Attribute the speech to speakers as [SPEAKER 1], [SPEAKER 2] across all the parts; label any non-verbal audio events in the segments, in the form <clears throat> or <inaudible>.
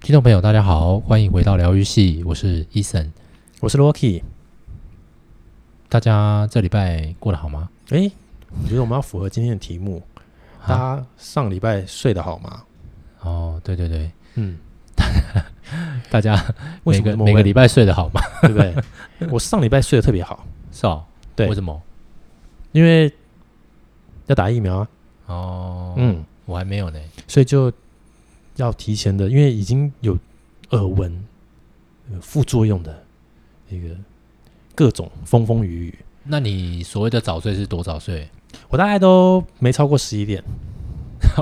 [SPEAKER 1] 听众朋友，大家好，欢迎回到疗愈系，我是 Eason。
[SPEAKER 2] 我是 Rocky。
[SPEAKER 1] 大家这礼拜过得好吗？
[SPEAKER 2] 哎、我觉得我们要符合今天的题目。大
[SPEAKER 1] 啊，
[SPEAKER 2] 家上礼拜睡得好吗？
[SPEAKER 1] 哦，对对对，
[SPEAKER 2] 嗯，
[SPEAKER 1] 大家
[SPEAKER 2] 为
[SPEAKER 1] 每
[SPEAKER 2] 什么
[SPEAKER 1] 个
[SPEAKER 2] 这么
[SPEAKER 1] 每个
[SPEAKER 2] 问
[SPEAKER 1] 礼拜睡得好吗？
[SPEAKER 2] <laughs>
[SPEAKER 1] <laughs>
[SPEAKER 2] 对不对？我上礼拜睡得特别好，
[SPEAKER 1] 是哦，
[SPEAKER 2] 对
[SPEAKER 1] 为什么？
[SPEAKER 2] 因为要打疫苗啊。
[SPEAKER 1] 哦，
[SPEAKER 2] 嗯，
[SPEAKER 1] 我还没有呢。
[SPEAKER 2] 所以就要提前的，因为已经有耳闻、呃副作用的一个各种风风雨雨。
[SPEAKER 1] 那你所谓的早睡是多早睡？ <laughs>
[SPEAKER 2] 我大概都没超过十一点。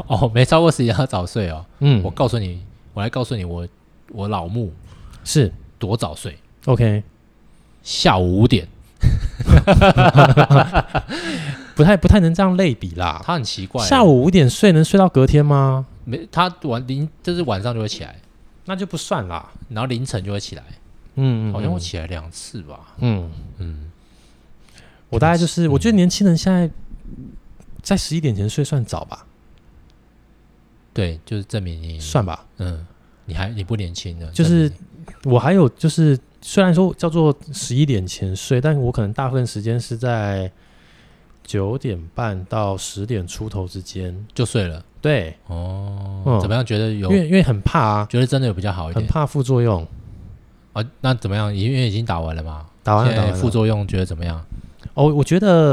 [SPEAKER 1] 哦，没超过十一要早睡哦。
[SPEAKER 2] 嗯
[SPEAKER 1] 我告诉你，我来告诉你，我我老木
[SPEAKER 2] 是
[SPEAKER 1] 多早睡，
[SPEAKER 2] OK， <laughs>
[SPEAKER 1] 下午五点。
[SPEAKER 2] 不太不太能这样类比啦。
[SPEAKER 1] 他很奇怪，啊
[SPEAKER 2] 下午五点睡能睡到隔天吗？
[SPEAKER 1] 没他晚凌就是晚上就会起来，
[SPEAKER 2] 那就不算啦。
[SPEAKER 1] 然后凌晨就会起来，
[SPEAKER 2] 嗯，嗯
[SPEAKER 1] 好像我
[SPEAKER 2] 嗯
[SPEAKER 1] 起来两次吧。
[SPEAKER 2] 嗯，
[SPEAKER 1] 嗯，
[SPEAKER 2] 我大概就是，我觉得年轻人现在在十一点前睡算早吧，
[SPEAKER 1] 对，就是证明你
[SPEAKER 2] 算吧。
[SPEAKER 1] 嗯，你还你不年轻了，
[SPEAKER 2] 就是
[SPEAKER 1] 证明你
[SPEAKER 2] 我还有就是，虽然说叫做十一点前睡，但我可能大部分时间是在九点半到十点出头之间。
[SPEAKER 1] 就睡了。
[SPEAKER 2] 对，
[SPEAKER 1] 哦，
[SPEAKER 2] 嗯
[SPEAKER 1] 怎么样？觉得
[SPEAKER 2] 因
[SPEAKER 1] 有
[SPEAKER 2] 为因为很怕啊，
[SPEAKER 1] 觉得真的有比较好一
[SPEAKER 2] 很
[SPEAKER 1] 点
[SPEAKER 2] 怕副作用。
[SPEAKER 1] 啊？那怎么样？因为已经打完了嘛，
[SPEAKER 2] 打完了，
[SPEAKER 1] 现
[SPEAKER 2] 打
[SPEAKER 1] 在
[SPEAKER 2] 完
[SPEAKER 1] 副
[SPEAKER 2] 了。
[SPEAKER 1] 作用觉得怎么样？
[SPEAKER 2] 哦，我觉得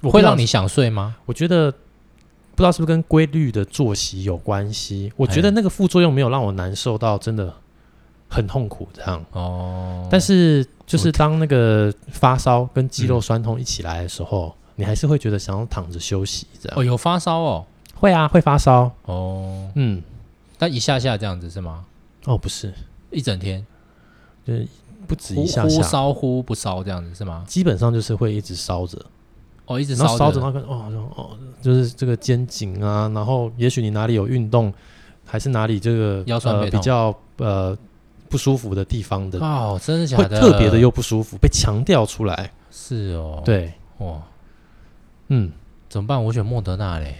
[SPEAKER 2] 我
[SPEAKER 1] 会
[SPEAKER 2] 不知道
[SPEAKER 1] 让你想睡吗？
[SPEAKER 2] 我觉得不知道是不是跟规律的作息有关系。我觉得
[SPEAKER 1] 哎
[SPEAKER 2] 那个副作用没有让我难受到，真的很痛苦这样。
[SPEAKER 1] 哦，
[SPEAKER 2] 但
[SPEAKER 1] 是
[SPEAKER 2] 是就是
[SPEAKER 1] 我
[SPEAKER 2] 当那个发烧跟肌肉酸痛一起来的时候，你还是会觉得想要躺着休息这样。
[SPEAKER 1] 哦有发烧哦，
[SPEAKER 2] 会啊，会发烧。
[SPEAKER 1] 哦，
[SPEAKER 2] 嗯，
[SPEAKER 1] 但一下下这样子是吗？
[SPEAKER 2] 哦，不是，
[SPEAKER 1] 一整天
[SPEAKER 2] 就是不止
[SPEAKER 1] 忽
[SPEAKER 2] 一下
[SPEAKER 1] 忽
[SPEAKER 2] 下，
[SPEAKER 1] 烧忽不烧这样子是吗？
[SPEAKER 2] 基本上就是会一直烧着，
[SPEAKER 1] 哦，一直
[SPEAKER 2] 然后烧
[SPEAKER 1] 烧
[SPEAKER 2] 着，然后哦哦哦，就是这个肩颈啊，然后也许你哪里有运动，还是哪里这个
[SPEAKER 1] 腰酸
[SPEAKER 2] 呃
[SPEAKER 1] 背
[SPEAKER 2] 比
[SPEAKER 1] 痛
[SPEAKER 2] 较呃不舒服的地方的，
[SPEAKER 1] 哦，真的假
[SPEAKER 2] 会
[SPEAKER 1] 的？
[SPEAKER 2] 特别的又不舒服，被强调出来。
[SPEAKER 1] 是哦，，
[SPEAKER 2] 对，
[SPEAKER 1] 哇，
[SPEAKER 2] 嗯，
[SPEAKER 1] 怎么办？我选莫德纳嘞，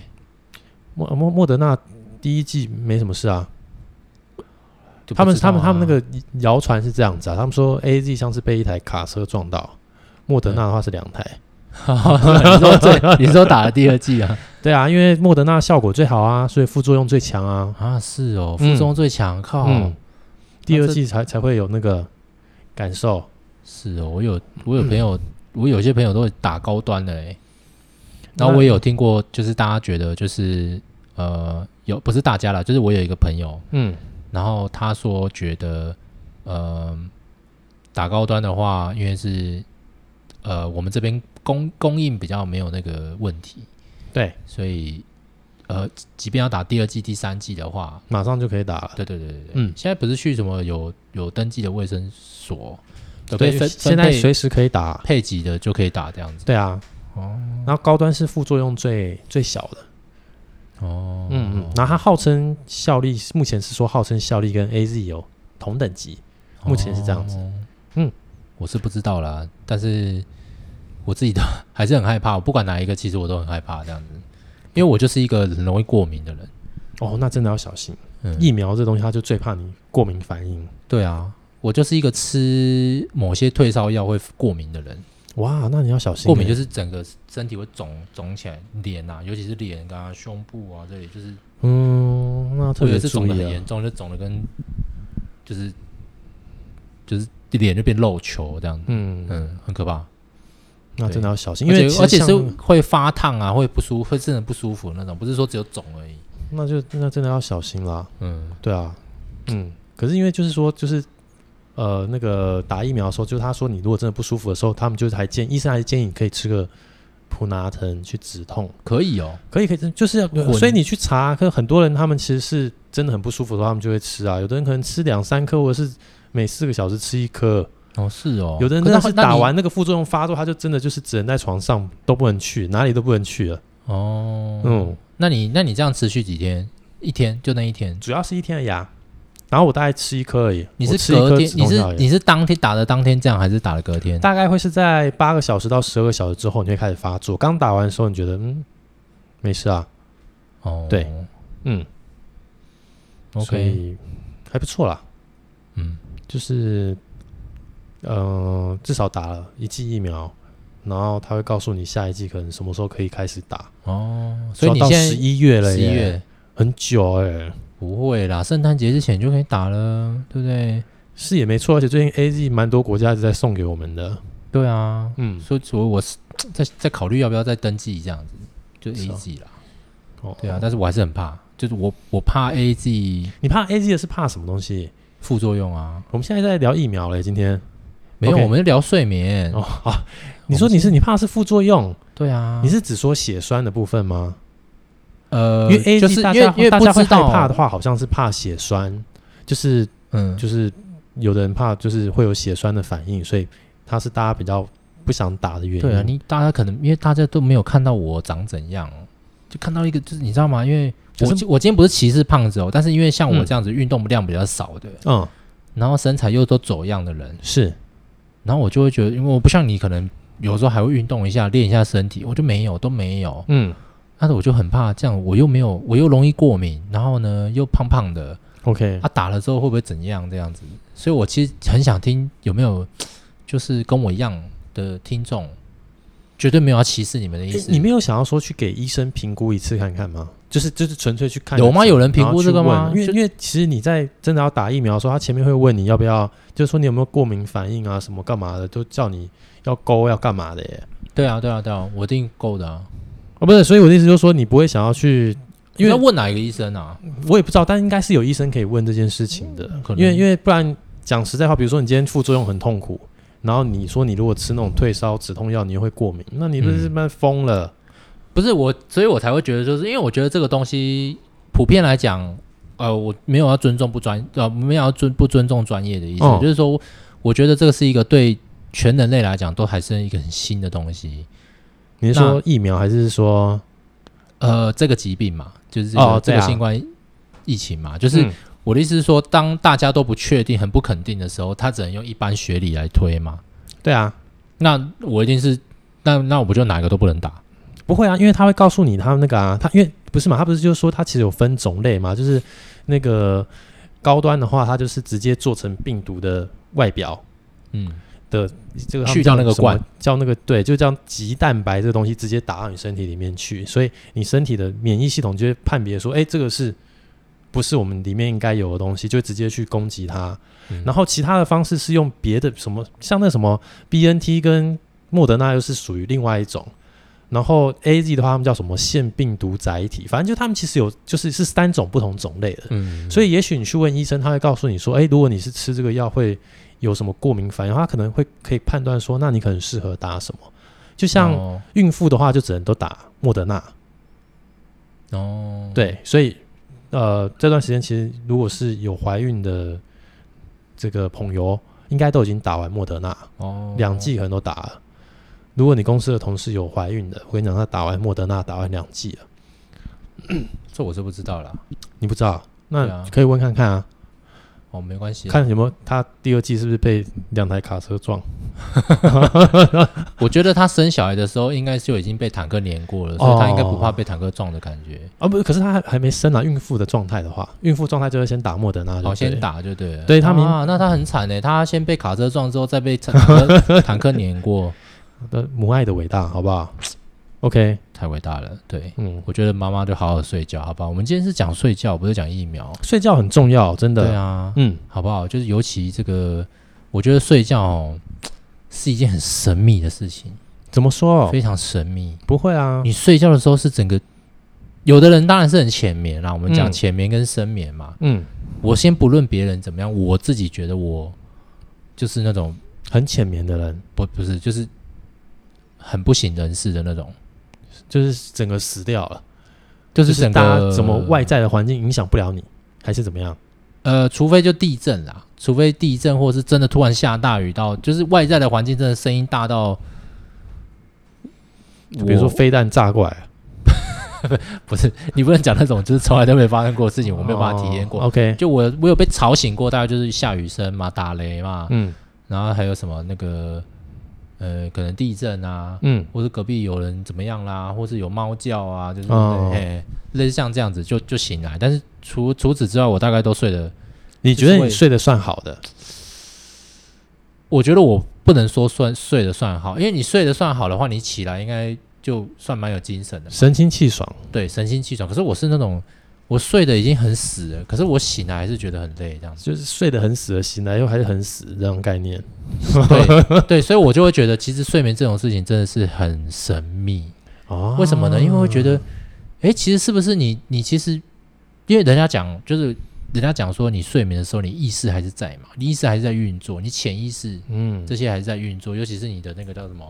[SPEAKER 2] 莫莫莫德纳第一季没什么事啊，
[SPEAKER 1] 就不
[SPEAKER 2] 他们
[SPEAKER 1] 知道
[SPEAKER 2] 他们
[SPEAKER 1] 啊
[SPEAKER 2] 他们那个谣传是这样子啊，他们说 A Z 像是被一台卡车撞到，莫德纳的话是两台。
[SPEAKER 1] <laughs> 你说最，你说打了第二季
[SPEAKER 2] <laughs>
[SPEAKER 1] 啊？
[SPEAKER 2] 对啊，因为莫德纳效果最好啊，所以副作用最强啊。
[SPEAKER 1] 啊，是哦，
[SPEAKER 2] 嗯
[SPEAKER 1] 附中最强，靠，
[SPEAKER 2] 嗯，第
[SPEAKER 1] 那
[SPEAKER 2] 二
[SPEAKER 1] 这
[SPEAKER 2] 季才才会有那个感受。
[SPEAKER 1] 是哦，我有我有朋
[SPEAKER 2] 嗯
[SPEAKER 1] 友，我有些朋友都打高端的嘞。
[SPEAKER 2] 那
[SPEAKER 1] 然后我也有听过，就是大家觉得就是呃，有不是大家啦，就是我有一个朋友，
[SPEAKER 2] 嗯，
[SPEAKER 1] 然后他说觉得呃，打高端的话，因为是呃我们这边供供应比较没有那个问题，
[SPEAKER 2] 对，
[SPEAKER 1] 所以呃，即便要打第二季、第三季的话，
[SPEAKER 2] 马上就可以打了。
[SPEAKER 1] 对对对对对，
[SPEAKER 2] 嗯
[SPEAKER 1] 现在不是去什么有有登记的卫生所，有
[SPEAKER 2] 对
[SPEAKER 1] 被，分
[SPEAKER 2] 现在
[SPEAKER 1] 分配
[SPEAKER 2] 随时可以打。
[SPEAKER 1] 配给的就可以打这样子。
[SPEAKER 2] 对啊，
[SPEAKER 1] 哦
[SPEAKER 2] 然后高端是副作用最最小的。
[SPEAKER 1] 哦，
[SPEAKER 2] 嗯嗯，然后它号称效力，目前是说号称效力跟 A Z 有同等级。目前是这样子
[SPEAKER 1] 哦
[SPEAKER 2] 嗯，
[SPEAKER 1] 我是不知道啦，但是我自己都 <laughs> 还是很害怕，我不管哪一个，其实我都很害怕这样子，因为我就是一个很容易过敏的人。
[SPEAKER 2] 哦，那真的要小心。
[SPEAKER 1] 嗯，
[SPEAKER 2] 疫苗这东西，它就最怕你过敏反应。
[SPEAKER 1] 对啊，我就是一个吃某些退烧药会过敏的人。
[SPEAKER 2] 哇，那你要小心欸、
[SPEAKER 1] 过敏就是整个身体会肿肿起来，脸啊，尤其是脸啊、胸部啊这里，就是
[SPEAKER 2] 嗯，那特
[SPEAKER 1] 特
[SPEAKER 2] 别
[SPEAKER 1] 别是
[SPEAKER 2] 注
[SPEAKER 1] 肿的
[SPEAKER 2] 意
[SPEAKER 1] 很
[SPEAKER 2] 了
[SPEAKER 1] 严。重，就肿的跟就是就是脸就变肉球这样，
[SPEAKER 2] 嗯，
[SPEAKER 1] 嗯，很可怕。
[SPEAKER 2] 那真的要小心，因
[SPEAKER 1] 因
[SPEAKER 2] 为
[SPEAKER 1] 为
[SPEAKER 2] 其实
[SPEAKER 1] 而且
[SPEAKER 2] 像
[SPEAKER 1] 是会发烫啊，会不舒服，会真的不舒服那种，不是说只有肿而已。
[SPEAKER 2] 那就那真的要小心啦。
[SPEAKER 1] 嗯，
[SPEAKER 2] 对啊，嗯，可是因为就是说，就是呃，那个打疫苗的时候，就是他说你如果真的不舒服的时候，他们就是还建医生还建议你可以吃个普拿疼去止痛，
[SPEAKER 1] 可以哦，
[SPEAKER 2] 可以可以，就是要
[SPEAKER 1] 混
[SPEAKER 2] 所以你去查，可是很多人他们其实是真的很不舒服的话，他们就会吃啊，有的人可能吃两三颗，或者是每四个小时吃一颗，
[SPEAKER 1] 哦是哦，
[SPEAKER 2] 有的人
[SPEAKER 1] 可
[SPEAKER 2] 真的
[SPEAKER 1] 那
[SPEAKER 2] 是
[SPEAKER 1] 那
[SPEAKER 2] 打
[SPEAKER 1] 你
[SPEAKER 2] 完那个副作用发作，他就真的就是只能在床上都不能去，哪里都不能去了。
[SPEAKER 1] 哦，
[SPEAKER 2] 嗯，
[SPEAKER 1] 那你那你这样持续几天？一天就那一天，
[SPEAKER 2] 主要是一天的牙，然后我大概吃一颗而已。
[SPEAKER 1] 你
[SPEAKER 2] 我
[SPEAKER 1] 是
[SPEAKER 2] 吃一
[SPEAKER 1] 隔
[SPEAKER 2] 颗
[SPEAKER 1] 天
[SPEAKER 2] 止
[SPEAKER 1] 你
[SPEAKER 2] 痛
[SPEAKER 1] 是
[SPEAKER 2] 药而已
[SPEAKER 1] 你是当天打的当天这样，还是打了隔天？
[SPEAKER 2] 大概会是在八个小时到十二个小时之后，你会开始发作。刚打完的时候，你觉得嗯没事啊，
[SPEAKER 1] 哦，
[SPEAKER 2] 对嗯
[SPEAKER 1] ，OK，
[SPEAKER 2] 所以还不错啦，
[SPEAKER 1] 嗯，
[SPEAKER 2] 就是呃，至少打了一剂疫苗，然后他会告诉你下一季可能什么时候可以开始打。
[SPEAKER 1] 哦，所以你
[SPEAKER 2] 说
[SPEAKER 1] 现
[SPEAKER 2] 到
[SPEAKER 1] 在
[SPEAKER 2] 十一月了
[SPEAKER 1] 十
[SPEAKER 2] 耶，
[SPEAKER 1] 一月
[SPEAKER 2] 很久哎、
[SPEAKER 1] 不会啦，圣诞节之前就可以打了，对不对？
[SPEAKER 2] 是也没错，而且最近 A Z 蛮多国家一直在送给我们的，
[SPEAKER 1] 对啊，
[SPEAKER 2] 嗯，
[SPEAKER 1] 所以所以我是在在考虑要不要再登记这样子，就 A
[SPEAKER 2] 是哦
[SPEAKER 1] G 啦，
[SPEAKER 2] 哦，
[SPEAKER 1] 对啊，但是我还是很怕，就是我我
[SPEAKER 2] 嗯
[SPEAKER 1] 怕 A G
[SPEAKER 2] 你怕 A Z 的是怕什么东西？
[SPEAKER 1] 副作用啊，
[SPEAKER 2] 我们现在在聊疫苗嘞，今天
[SPEAKER 1] 没有，
[SPEAKER 2] OK
[SPEAKER 1] 我们聊睡眠
[SPEAKER 2] 哦，，好、 <laughs> 你说你是你怕是副作用，
[SPEAKER 1] 对啊，
[SPEAKER 2] 你是只说血栓的部分吗？
[SPEAKER 1] 呃，
[SPEAKER 2] 因为 A
[SPEAKER 1] 就
[SPEAKER 2] Z
[SPEAKER 1] 是
[SPEAKER 2] 大
[SPEAKER 1] 因
[SPEAKER 2] 家、
[SPEAKER 1] 为因为
[SPEAKER 2] 大
[SPEAKER 1] 不
[SPEAKER 2] 家会
[SPEAKER 1] 知
[SPEAKER 2] 害
[SPEAKER 1] 道
[SPEAKER 2] 怕的话，好像是怕血栓，就是
[SPEAKER 1] 嗯，
[SPEAKER 2] 就是有的人怕就是会有血栓的反应，所以它是大家比较不想打的原因。
[SPEAKER 1] 对啊，你大家可能因为大家都没有看到我长怎样，就看到一个就是你知道吗？因为
[SPEAKER 2] 就
[SPEAKER 1] 我
[SPEAKER 2] 是
[SPEAKER 1] 今我今天不是歧视胖子哦，但是因为像我
[SPEAKER 2] 嗯
[SPEAKER 1] 这样子运动量比较少的，
[SPEAKER 2] 嗯
[SPEAKER 1] 然后身材又都走样的人，
[SPEAKER 2] 是
[SPEAKER 1] 然后我就会觉得，因为我不像你，可能有时候还会运动一下，练一下身体，我就没有，都没有。
[SPEAKER 2] 嗯
[SPEAKER 1] 但是我就很怕这样，我又没有，我又容易过敏，然后呢又胖胖的，
[SPEAKER 2] OK，、
[SPEAKER 1] 啊打了之后会不会怎样这样子？所以我其实很想听有没有就是跟我一样的听众，绝对没有要歧视你们的意
[SPEAKER 2] 诶
[SPEAKER 1] 思。
[SPEAKER 2] 你没有想要说去给医生评估一次看看吗？就是就是纯粹去看
[SPEAKER 1] 有吗？有人评
[SPEAKER 2] 然后
[SPEAKER 1] 估
[SPEAKER 2] 去
[SPEAKER 1] 这个吗
[SPEAKER 2] 问？啊因为
[SPEAKER 1] 就
[SPEAKER 2] 因为其实你在真的要打疫苗的时候，他前面会问你要不要，就是说你有没有过敏反应啊，什么干嘛的，都叫你要勾要干嘛的耶。
[SPEAKER 1] 对啊，对啊，对啊，我一定够的啊。
[SPEAKER 2] 哦，不是，所以我的意思就是说，你不会想要去，因为
[SPEAKER 1] 要问哪一个医生啊？
[SPEAKER 2] 我也不知道，但应该是有医生可以问这件事情的，
[SPEAKER 1] 可能
[SPEAKER 2] 嗯因为因为不然讲实在话，比如说你今天副作用很痛苦，然后你说你如果吃那种退烧止痛药，你又会过敏，那你不是
[SPEAKER 1] 嗯
[SPEAKER 2] 慢疯了？
[SPEAKER 1] 不是我，所以我才会觉得，就是因为我觉得这个东西普遍来讲，呃，我没有要尊重不专，呃，没有要尊不尊重专业的意思，
[SPEAKER 2] 哦
[SPEAKER 1] 就是说，我觉得这个是一个对全人类来讲都还是一个很新的东西。
[SPEAKER 2] 你是说疫苗还是说
[SPEAKER 1] 呃，这个疾病嘛，就是这个、
[SPEAKER 2] 哦
[SPEAKER 1] 这
[SPEAKER 2] 对
[SPEAKER 1] 个
[SPEAKER 2] 啊
[SPEAKER 1] 新冠疫情嘛，就是
[SPEAKER 2] 嗯
[SPEAKER 1] 我的意思是说，当大家都不确定、很不肯定的时候，他只能用一般学理来推嘛。
[SPEAKER 2] 对啊？
[SPEAKER 1] 那我一定是，那那我不就哪一个都不能打？
[SPEAKER 2] 不会啊，因为他会告诉你他那个啊，他因为不是嘛，他不是就是说他其实有分种类嘛，就是那个高端的话，它就是直接做成病毒的外表。
[SPEAKER 1] 嗯，
[SPEAKER 2] 的这个他们
[SPEAKER 1] 去掉那个
[SPEAKER 2] 叫什么
[SPEAKER 1] 罐，
[SPEAKER 2] 叫那个对，就叫极蛋白这个东西直接打到你身体里面去，所以你身体的免疫系统就会判别说，哎，这个是不是我们里面应该有的东西，就直接去攻击它。
[SPEAKER 1] 嗯
[SPEAKER 2] 然后其他的方式是用别的什么，像那什么 BNT 跟莫德纳又是属于另外一种。然后 A Z 的话，他们叫什么腺病毒载体，反正就他们其实有就是是三种不同种类的。
[SPEAKER 1] 嗯，
[SPEAKER 2] 所以也许你去问医生，他会告诉你说，哎、如果你是吃这个药会有什么过敏反应，他可能会可以判断说，那你可能适合打什么。就像
[SPEAKER 1] 哦
[SPEAKER 2] 孕妇的话，就只能都打莫德纳。
[SPEAKER 1] 哦，
[SPEAKER 2] 对，所以呃，这段时间其实如果是有怀孕的这个朋友，应该都已经打完莫德纳，
[SPEAKER 1] 哦，
[SPEAKER 2] 两剂可能都打了。如果你公司的同事有怀孕的，我跟你讲，他打完莫德纳，打完两剂了，
[SPEAKER 1] 这我是不知道啦。
[SPEAKER 2] 你不知道，
[SPEAKER 1] 对
[SPEAKER 2] 那
[SPEAKER 1] 啊
[SPEAKER 2] 可以问看看啊。
[SPEAKER 1] 哦，没关系啦。
[SPEAKER 2] 看有没有他第二季是不是被两台卡
[SPEAKER 1] <laughs>
[SPEAKER 2] 车撞？
[SPEAKER 1] 我觉得他生小孩的时候，应该就已经被坦克碾过了，
[SPEAKER 2] 哦
[SPEAKER 1] 所以他应该不怕被坦克撞的感觉。
[SPEAKER 2] 啊，不是，可是他还还没生啊。孕妇的状态的话，孕妇状态就会先打莫德纳，
[SPEAKER 1] 好，哦先
[SPEAKER 2] 打。
[SPEAKER 1] 打就对了。
[SPEAKER 2] 对他明
[SPEAKER 1] 啊，那他很惨呢，他先被卡车撞之后，再被坦
[SPEAKER 2] <laughs>
[SPEAKER 1] 克坦克碾过，
[SPEAKER 2] 呃，母爱的伟大，好不好？OK，
[SPEAKER 1] 太伟大了。对，
[SPEAKER 2] 嗯，
[SPEAKER 1] 我觉得妈妈就好好睡觉，好吧？我们今天是讲睡觉，不是讲疫苗。
[SPEAKER 2] 睡觉很重要，真的。
[SPEAKER 1] 对啊，
[SPEAKER 2] 嗯，
[SPEAKER 1] 好不好？就是尤其这个，我觉得睡觉哦是一件很神秘的事情，
[SPEAKER 2] 怎么说？
[SPEAKER 1] 非常神秘。
[SPEAKER 2] 不会啊，
[SPEAKER 1] 你睡觉的时候是整个，有的人当然是很浅眠啦，我们讲
[SPEAKER 2] 嗯
[SPEAKER 1] 浅眠跟深眠嘛。
[SPEAKER 2] 嗯，
[SPEAKER 1] 我先不论别人怎么样，我自己觉得我就是那种
[SPEAKER 2] 很浅眠的人，
[SPEAKER 1] 不不是就是很不省人事的那种，
[SPEAKER 2] 就是整个死掉了，
[SPEAKER 1] 就
[SPEAKER 2] 就是
[SPEAKER 1] 整
[SPEAKER 2] 大
[SPEAKER 1] 个
[SPEAKER 2] 家怎么外在的环境影响不了你，还是怎么样？
[SPEAKER 1] 呃，除非就地震啦，除非地震或是真的突然下大雨到，就是外在的环境真的声音大到。
[SPEAKER 2] 就比如说
[SPEAKER 1] 我
[SPEAKER 2] 飞弹炸过来，
[SPEAKER 1] 不是，你不能讲那种就是从来都没发生过的事情，我没有办法体验过。
[SPEAKER 2] 哦 OK，
[SPEAKER 1] 就我我有被吵醒过，大概就是下雨声嘛、打雷嘛，
[SPEAKER 2] 嗯
[SPEAKER 1] 然后还有什么那个呃，可能地震啊，
[SPEAKER 2] 嗯，
[SPEAKER 1] 或是隔壁有人怎么样啦，或是有猫叫啊，就是、
[SPEAKER 2] 哦
[SPEAKER 1] 嘿类似像这样子就就醒来。但是除除此之外，我大概都睡得
[SPEAKER 2] 你觉
[SPEAKER 1] 就
[SPEAKER 2] 得
[SPEAKER 1] 是
[SPEAKER 2] 你
[SPEAKER 1] 会
[SPEAKER 2] 睡得算好的？
[SPEAKER 1] 我觉得我不能说算睡得算好，因为你睡得算好的话，你起来应该就算蛮有精神的嘛，
[SPEAKER 2] 神清气爽，
[SPEAKER 1] 对，神清气爽。可是我是那种我睡得已经很死了，可是我醒来还是觉得很累，这
[SPEAKER 2] <laughs>
[SPEAKER 1] 样子。
[SPEAKER 2] 就是睡得很死了，醒来又还是很死这种概念。
[SPEAKER 1] 对对，所以我就会觉得，其实睡眠这种事情真的是很神秘。
[SPEAKER 2] 哦
[SPEAKER 1] 为什么呢？因为会觉
[SPEAKER 2] 啊
[SPEAKER 1] 得，诶，其实是不是你你其实，因为人家讲就是人家讲说，你睡眠的时候，你意识还是在嘛，你意识还是在运作，你潜意识
[SPEAKER 2] 嗯
[SPEAKER 1] 这些还是在运作，尤其是你的那个叫什么，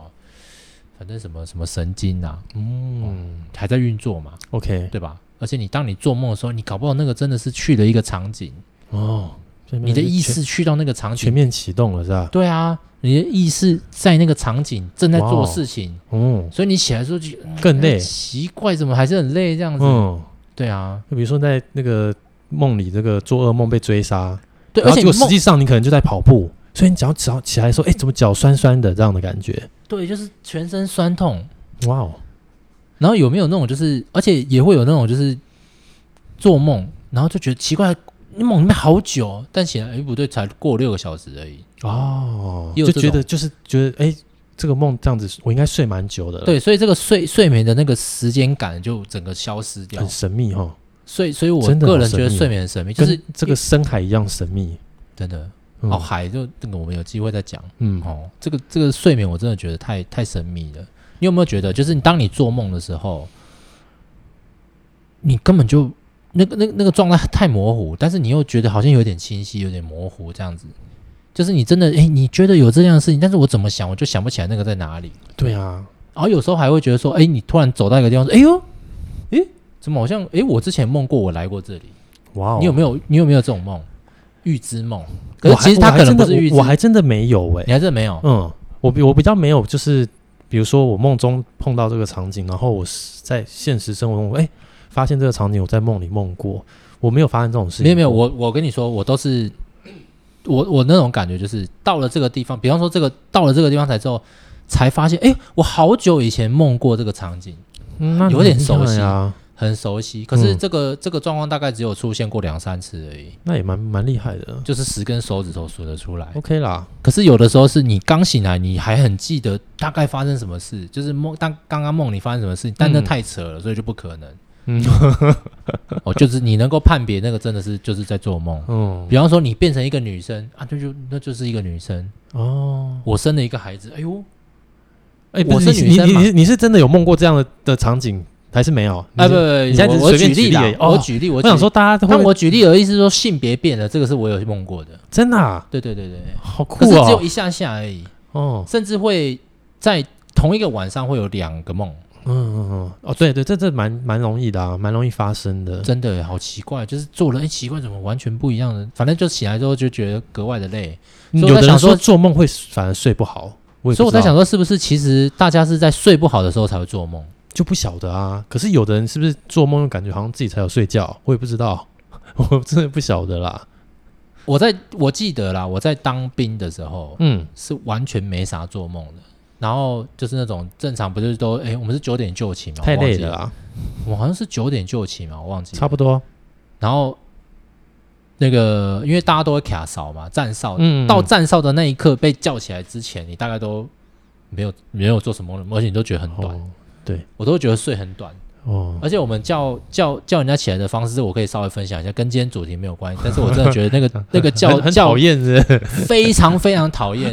[SPEAKER 1] 反正什么什么神经啊，
[SPEAKER 2] 嗯
[SPEAKER 1] 还在运作嘛，
[SPEAKER 2] ，OK
[SPEAKER 1] 对吧？而且你当你做梦的时候，你搞不好那个真的是去了一个场景，
[SPEAKER 2] 哦，
[SPEAKER 1] 你的意
[SPEAKER 2] 全
[SPEAKER 1] 识去到那个场
[SPEAKER 2] 全
[SPEAKER 1] 景，
[SPEAKER 2] 面启动了是吧？
[SPEAKER 1] 对啊，你的意识在那个场景正在
[SPEAKER 2] 哇
[SPEAKER 1] 做
[SPEAKER 2] 哦
[SPEAKER 1] 事情，
[SPEAKER 2] 嗯，
[SPEAKER 1] 所以你起来的时候就
[SPEAKER 2] 更累
[SPEAKER 1] 哎。奇怪，怎么还是很累这样子？
[SPEAKER 2] 嗯，
[SPEAKER 1] 对啊，
[SPEAKER 2] 就比如说在那个梦里，这个做噩梦被追杀，
[SPEAKER 1] 对，而
[SPEAKER 2] 然后
[SPEAKER 1] 且
[SPEAKER 2] 结果
[SPEAKER 1] 你
[SPEAKER 2] 实
[SPEAKER 1] 梦
[SPEAKER 2] 际上你可能就在跑步，所以你脚脚起来说，哎，怎么脚酸酸的这样的感觉？
[SPEAKER 1] 对就是全身酸痛，
[SPEAKER 2] 哇哦，
[SPEAKER 1] 然后有没有那种就是，而且也会有那种就是做梦，然后就觉得奇怪，你梦里面好久，但醒来哎不对，才过六个小时而已。
[SPEAKER 2] 哦，
[SPEAKER 1] 也有
[SPEAKER 2] 就
[SPEAKER 1] 这
[SPEAKER 2] 觉
[SPEAKER 1] 种
[SPEAKER 2] 得就是觉得，哎，这个梦这样子，我应该睡蛮久的，，
[SPEAKER 1] 对，所以这个睡睡眠的那个时间感就整个消失掉
[SPEAKER 2] 很。神秘哈，
[SPEAKER 1] 所以，所以我
[SPEAKER 2] 真的好
[SPEAKER 1] 个人觉得
[SPEAKER 2] 神秘哦
[SPEAKER 1] 睡眠很神秘，就是
[SPEAKER 2] 跟这个深海一样神秘。
[SPEAKER 1] 真的
[SPEAKER 2] 嗯
[SPEAKER 1] 哦好，嗨，就这个我们有机会再讲
[SPEAKER 2] 嗯，
[SPEAKER 1] 哦。这个这个睡眠我真的觉得太太神秘了。你有没有觉得，就是你当你做梦的时候，你根本就那个那个那个状态太模糊，但是你又觉得好像有点清晰，有点模糊这样子。就是你真的诶，你觉得有这样的事情，但是我怎么想我就想不起来那个在哪里。
[SPEAKER 2] 对啊，
[SPEAKER 1] 然后有时候还会觉得说，诶，你突然走到一个地方，说哎呦，诶，怎么好像诶，我之前梦过我来过这里。
[SPEAKER 2] 哇哦，
[SPEAKER 1] 你有没有你有没有这种梦？预知梦，可是
[SPEAKER 2] 我还
[SPEAKER 1] 其实它
[SPEAKER 2] 我还
[SPEAKER 1] 可能
[SPEAKER 2] 真
[SPEAKER 1] 不
[SPEAKER 2] 的
[SPEAKER 1] 是预知，
[SPEAKER 2] 我还真的没有哎，
[SPEAKER 1] 你还真的没有。
[SPEAKER 2] 嗯，我比我比较没有，就是比如说我梦中碰到这个场景，然后我是在现实生活中，哎、发现这个场景我在梦里梦过，我没有发生这种事情。
[SPEAKER 1] 没有没有，，我我跟你说，我都是我我那种感觉就是到了这个地方，比方说这个到了这个地方才之后，才发现，哎、我好久以前梦过这个场景，
[SPEAKER 2] 嗯、那
[SPEAKER 1] 有点熟悉
[SPEAKER 2] 啊，
[SPEAKER 1] 很熟悉。可是
[SPEAKER 2] 嗯
[SPEAKER 1] 这个、这个状况大概只有出现过两三次而已，
[SPEAKER 2] 那也蛮蛮厉害的。
[SPEAKER 1] 就是十根手指头数得出来。
[SPEAKER 2] OK 啦，
[SPEAKER 1] 可是有的时候是你刚醒来，你还很记得大概发生什么事，就是梦当刚刚梦里发生什么事，但那
[SPEAKER 2] 嗯
[SPEAKER 1] 太扯了，所以就不可能。 <laughs>
[SPEAKER 2] 嗯
[SPEAKER 1] 哦，就是你能够判别那个真的是就是在做梦。
[SPEAKER 2] 嗯，
[SPEAKER 1] 比方说你变成一个女生啊，那就那就是一个女生。
[SPEAKER 2] 哦，
[SPEAKER 1] 我生了一个孩子，哎呦，
[SPEAKER 2] 哎、
[SPEAKER 1] 我
[SPEAKER 2] 不
[SPEAKER 1] 是女
[SPEAKER 2] 你你
[SPEAKER 1] 生
[SPEAKER 2] 你
[SPEAKER 1] 嘛
[SPEAKER 2] 你你是真的有梦过这样的的场景，还是没有？
[SPEAKER 1] 哎
[SPEAKER 2] 你
[SPEAKER 1] 不不
[SPEAKER 2] 是，
[SPEAKER 1] 不，
[SPEAKER 2] 你现在只是
[SPEAKER 1] 我我
[SPEAKER 2] 随便
[SPEAKER 1] 举
[SPEAKER 2] 举例
[SPEAKER 1] 啦
[SPEAKER 2] 而已
[SPEAKER 1] 我
[SPEAKER 2] 哦
[SPEAKER 1] 举例，我
[SPEAKER 2] 我
[SPEAKER 1] 举
[SPEAKER 2] 想说，大家
[SPEAKER 1] 但
[SPEAKER 2] 会
[SPEAKER 1] 我举例的意思是说性别变了，这个是我有梦过的。
[SPEAKER 2] 真的、啊、
[SPEAKER 1] 对对对对，
[SPEAKER 2] 好酷
[SPEAKER 1] 可是只有
[SPEAKER 2] 哦，
[SPEAKER 1] 一下下而已，
[SPEAKER 2] 哦，
[SPEAKER 1] 甚至会在同一个晚上会有两个梦，
[SPEAKER 2] 嗯嗯嗯，哦，对对，这这蛮蛮容易的啊，蛮容易发生的。
[SPEAKER 1] 真的好奇怪，就是做了，哎，奇怪，怎么完全不一样呢？反正就醒来之后就觉得格外的累，所以我
[SPEAKER 2] 嗯有
[SPEAKER 1] 在
[SPEAKER 2] 的人
[SPEAKER 1] 想
[SPEAKER 2] 说
[SPEAKER 1] 说
[SPEAKER 2] 做梦会反而睡不好，我也不
[SPEAKER 1] 所以我在
[SPEAKER 2] 知道
[SPEAKER 1] 想说，是不是其实大家是在睡不好的时候才会做梦？
[SPEAKER 2] 就不晓得啊。可是有的人是不是做梦又感觉好像自己才有睡觉，我也不知道， <laughs> 我真的不晓得啦。
[SPEAKER 1] 我在我记得啦，我在当兵的时候，
[SPEAKER 2] 嗯，
[SPEAKER 1] 是完全没啥做梦的。然后就是那种正常，不就是都哎、我们是九点就寝嘛，哦
[SPEAKER 2] 太
[SPEAKER 1] 我忘
[SPEAKER 2] 累
[SPEAKER 1] 记
[SPEAKER 2] 了。啦，
[SPEAKER 1] 我好像是九点就寝嘛，我忘记了。
[SPEAKER 2] 差不多。
[SPEAKER 1] 然后那个，因为大家都会卡哨嘛，站哨、
[SPEAKER 2] 嗯，
[SPEAKER 1] 哦到站哨的那一刻被叫起来之前，你大概都没有没有做什么梦，而且你都觉得很短，
[SPEAKER 2] 哦
[SPEAKER 1] 我都觉得睡很短。
[SPEAKER 2] 哦，
[SPEAKER 1] 而且我们叫叫叫人家起来的方式，我可以稍微分享一下，跟今天主题没有关系，但是我真的觉得那
[SPEAKER 2] <laughs>
[SPEAKER 1] 个那个叫
[SPEAKER 2] 很很
[SPEAKER 1] 叫
[SPEAKER 2] 讨厌啊是不是
[SPEAKER 1] 非常非常讨
[SPEAKER 2] <laughs>
[SPEAKER 1] 厌。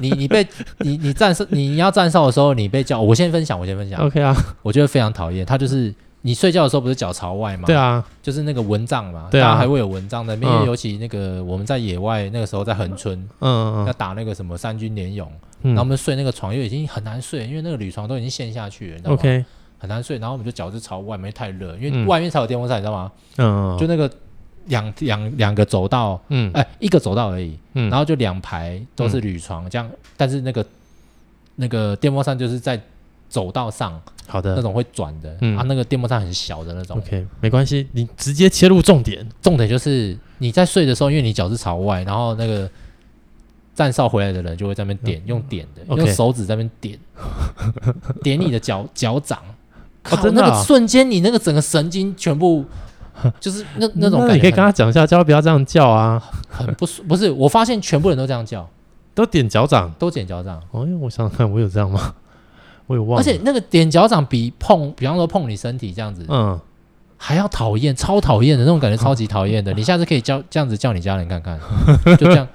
[SPEAKER 1] 你你被你你站哨你要站哨的时候，你被叫，我先分享，我先分享，
[SPEAKER 2] OK 啊，
[SPEAKER 1] 我觉得非常讨厌。他就是你睡觉的时候不是脚朝外吗？
[SPEAKER 2] 对，啊，
[SPEAKER 1] 就是那个蚊帐嘛，
[SPEAKER 2] 对啊
[SPEAKER 1] 大家还会有蚊帐在那边，
[SPEAKER 2] 嗯
[SPEAKER 1] 因为尤其那个我们在野外那个时候在恒春。
[SPEAKER 2] 嗯
[SPEAKER 1] 要
[SPEAKER 2] 嗯
[SPEAKER 1] 打那个什么三军联勇，
[SPEAKER 2] 嗯，
[SPEAKER 1] 然后我们睡那个床又已经很难睡，因为那个铝床都已经陷下去了，你知道吗
[SPEAKER 2] OK，
[SPEAKER 1] 很难睡。然后我们就脚就朝外面，太热，因为
[SPEAKER 2] 嗯
[SPEAKER 1] 外面才有电风扇，你知道吗？
[SPEAKER 2] 嗯嗯
[SPEAKER 1] 就那个两两两个走道，
[SPEAKER 2] 嗯
[SPEAKER 1] 哎、一个走道而已，
[SPEAKER 2] 嗯，
[SPEAKER 1] 然
[SPEAKER 2] 后
[SPEAKER 1] 后就两排都是铝床，这样，但是那个那个电风扇就是在走道上
[SPEAKER 2] 好
[SPEAKER 1] 那
[SPEAKER 2] 的
[SPEAKER 1] 种会转的，
[SPEAKER 2] 嗯
[SPEAKER 1] 啊，那个电风扇很小的那种。
[SPEAKER 2] ，OK，没关系，你直接切入重点。
[SPEAKER 1] 重点就是你在睡的时候，因为你脚是朝外，然后那个站哨回来的人就会在那边点，用点的，
[SPEAKER 2] 嗯 OK
[SPEAKER 1] 用手指在那边点， <laughs> 点你的脚脚掌。
[SPEAKER 2] 哦
[SPEAKER 1] 靠
[SPEAKER 2] 真的
[SPEAKER 1] 那
[SPEAKER 2] 啊
[SPEAKER 1] 个瞬间，你那个整个神经全部 <laughs> 就是那那种感觉
[SPEAKER 2] 你可以
[SPEAKER 1] 很
[SPEAKER 2] 跟他讲一下，叫他不要这样叫啊，
[SPEAKER 1] 很不舒，不是，我发现全部人都这样叫，
[SPEAKER 2] 都点脚掌。
[SPEAKER 1] 都点脚掌，
[SPEAKER 2] 哦，因为我想想看，我有这样吗？ <laughs> 我有忘了。
[SPEAKER 1] 而且那个点脚掌比碰，比方说碰你身体这样子、
[SPEAKER 2] 嗯，
[SPEAKER 1] 还要讨厌，超讨厌的那种感觉，超级讨厌
[SPEAKER 2] 嗯
[SPEAKER 1] 的。你下次可以叫这样子叫你家人看看，就这样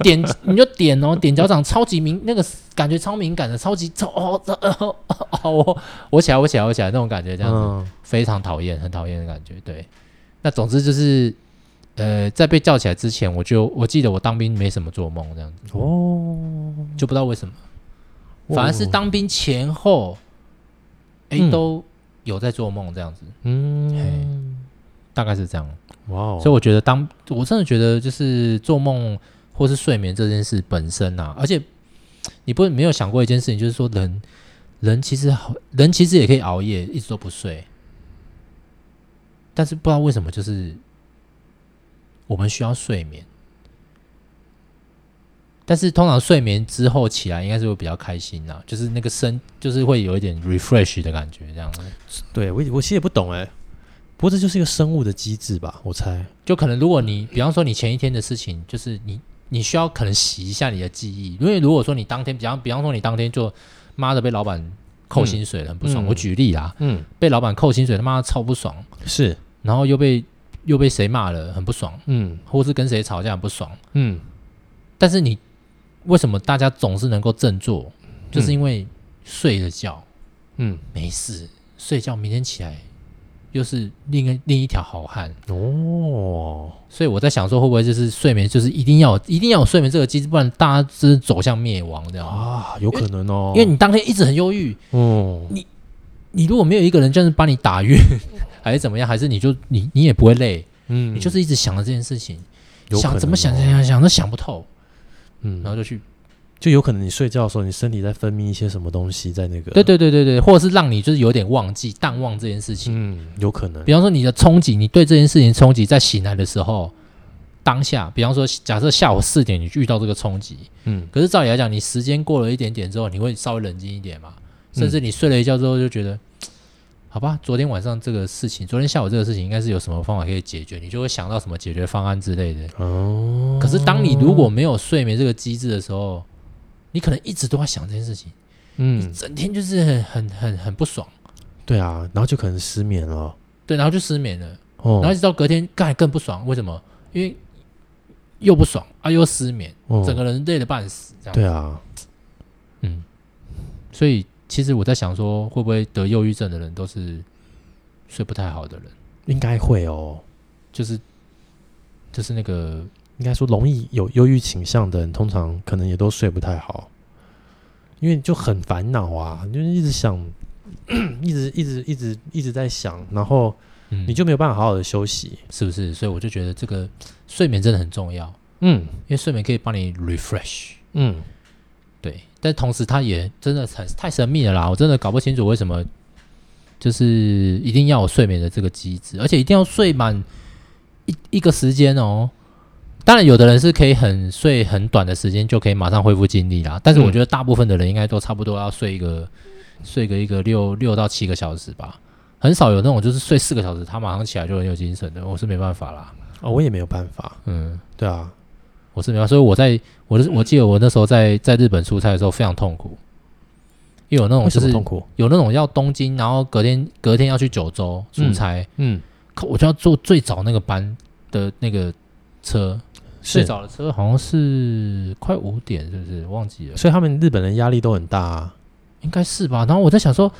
[SPEAKER 1] 点，你就点哦，点脚掌超级敏，那个感觉超敏感的，超级超哦这哦哦哦，我我起来，我起来，我起来那种感觉，这样子、
[SPEAKER 2] 嗯
[SPEAKER 1] 非常讨厌，很讨厌的感觉。对，那总之就是。呃，在被叫起来之前，我就我记得我当兵没什么做梦，这样子
[SPEAKER 2] 嗯哦，
[SPEAKER 1] 就不知道为什么。反而是当兵前后，哎、
[SPEAKER 2] 嗯
[SPEAKER 1] 都有在做梦这样子，
[SPEAKER 2] 嗯，
[SPEAKER 1] 大概是这样。
[SPEAKER 2] 哇哦，
[SPEAKER 1] 所以我觉得当我真的觉得就是做梦或是睡眠这件事本身啊，而且你不没有想过一件事情，就是说人人其实好，人其实也可以熬夜，一直都不睡，但是不知道为什么就是我们需要睡眠。但是通常睡眠之后起来应该是会比较开心啦，就是那个身就是会有一点 refresh 的感觉，这样子。
[SPEAKER 2] 对我也我其实也不懂哎，不过这就是一个生物的机制吧，我猜。
[SPEAKER 1] 就可能如果你，比方说你前一天的事情，就是你你需要可能洗一下你的记忆，因为如果说你当天，比方比方说你当天就妈的被老板扣薪水了，很不爽。
[SPEAKER 2] 嗯
[SPEAKER 1] 我举例啦，
[SPEAKER 2] 嗯，
[SPEAKER 1] 被老板扣薪水，他妈的超不爽，
[SPEAKER 2] 是，
[SPEAKER 1] 然后又被又被谁骂了，很不爽，
[SPEAKER 2] 嗯
[SPEAKER 1] 或是跟谁吵架很不爽。
[SPEAKER 2] 嗯，
[SPEAKER 1] 但是你为什么大家总是能够振作，就是因为睡了觉、
[SPEAKER 2] 嗯，
[SPEAKER 1] 没事，睡觉明天起来又是另一另一条好汉。
[SPEAKER 2] 哦，
[SPEAKER 1] 所以我在想说，会不会就是睡眠，就是一定要有一定要有睡眠这个机制，不然大家真的走向灭亡，这样。
[SPEAKER 2] 啊，有可能哦，
[SPEAKER 1] 因为你当天一直很忧郁，
[SPEAKER 2] 哦，
[SPEAKER 1] 你如果没有一个人就是把你打
[SPEAKER 2] <laughs>
[SPEAKER 1] 晕，还是怎么样，还是你就你你也不会累，
[SPEAKER 2] 嗯，
[SPEAKER 1] 你就是一直想着这件事情，
[SPEAKER 2] 有可能
[SPEAKER 1] 想
[SPEAKER 2] 哦
[SPEAKER 1] 怎么想想想想都想不透，
[SPEAKER 2] 嗯
[SPEAKER 1] 然，后就去，
[SPEAKER 2] 就有可能你睡觉的时候，你身体在分泌一些什么东西在那个，
[SPEAKER 1] 对，对对对对，或者是让你就是有点忘记淡忘这件事情。
[SPEAKER 2] 嗯，有可能
[SPEAKER 1] 比，方说你的冲击，你对这件事情冲击，在醒来的时候，当下，比方说假设下午四点你遇到这个冲击，
[SPEAKER 2] 嗯
[SPEAKER 1] 可是照理来讲，你时间过了一点点之后，你会稍微冷静一点嘛？
[SPEAKER 2] 嗯
[SPEAKER 1] 甚至你睡了一觉之后就觉得，好吧，昨天晚上这个事情，昨天下午这个事情应该是有什么方法可以解决，你就会想到什么解决方案之类的。
[SPEAKER 2] 哦，
[SPEAKER 1] 可是当你如果没有睡眠这个机制的时候，你可能一直都在想这件事情，
[SPEAKER 2] 嗯，
[SPEAKER 1] 整天就是很很很很不爽，
[SPEAKER 2] 对啊，然后就可能失眠了，
[SPEAKER 1] 对，然后就失眠了，然后
[SPEAKER 2] 哦
[SPEAKER 1] 一，直到隔天干更不爽，为什么？因为又不爽啊，又失眠，
[SPEAKER 2] 哦
[SPEAKER 1] 整个人累得半死，这样。
[SPEAKER 2] 对啊，
[SPEAKER 1] 嗯，所以其实我在想说，会不会得忧郁症的人都是睡不太好的人，
[SPEAKER 2] 应该会哦，
[SPEAKER 1] 就是就是那个
[SPEAKER 2] 应该说容易有忧郁倾向的人，通常可能也都睡不太好，因为就很烦恼啊，就是一直想， <clears throat> 一直一直一直一直在想，然后
[SPEAKER 1] 嗯，
[SPEAKER 2] 你就没有办法好好的休息，
[SPEAKER 1] 是不是？所以我就觉得这个睡眠真的很重要，
[SPEAKER 2] 嗯
[SPEAKER 1] 因为睡眠可以帮你 refresh，
[SPEAKER 2] 嗯，
[SPEAKER 1] 对，但同时它也真的很太神秘了啦，我真的搞不清楚为什么就是一定要有睡眠的这个机制，而且一定要睡满一一个时间哦。当然，有的人是可以很睡很短的时间就可以马上恢复精力啦，但是我
[SPEAKER 2] 嗯
[SPEAKER 1] 觉得大部分的人应该都差不多要睡一个睡个一个六六到七个小时吧，很少有那种就是睡四个小时他马上起来就很有精神的，我是没办法啦，
[SPEAKER 2] 哦，我也没有办法，
[SPEAKER 1] 嗯。
[SPEAKER 2] 对啊，
[SPEAKER 1] 我是没有，所以我在我的我记得我那时候在在日本出差的时候非常痛苦，因为有那种
[SPEAKER 2] 为
[SPEAKER 1] 就
[SPEAKER 2] 什
[SPEAKER 1] 是
[SPEAKER 2] 么痛苦？
[SPEAKER 1] 有那种要东京，然后隔天隔天要去九州出差，
[SPEAKER 2] 嗯，
[SPEAKER 1] 可我就要坐最早那个班的那个车，最
[SPEAKER 2] 是，
[SPEAKER 1] 早的车好像是快五点，是不是？忘记了，
[SPEAKER 2] 所以他们日本人压力都很大啊，
[SPEAKER 1] 应该是吧。然后我在想说，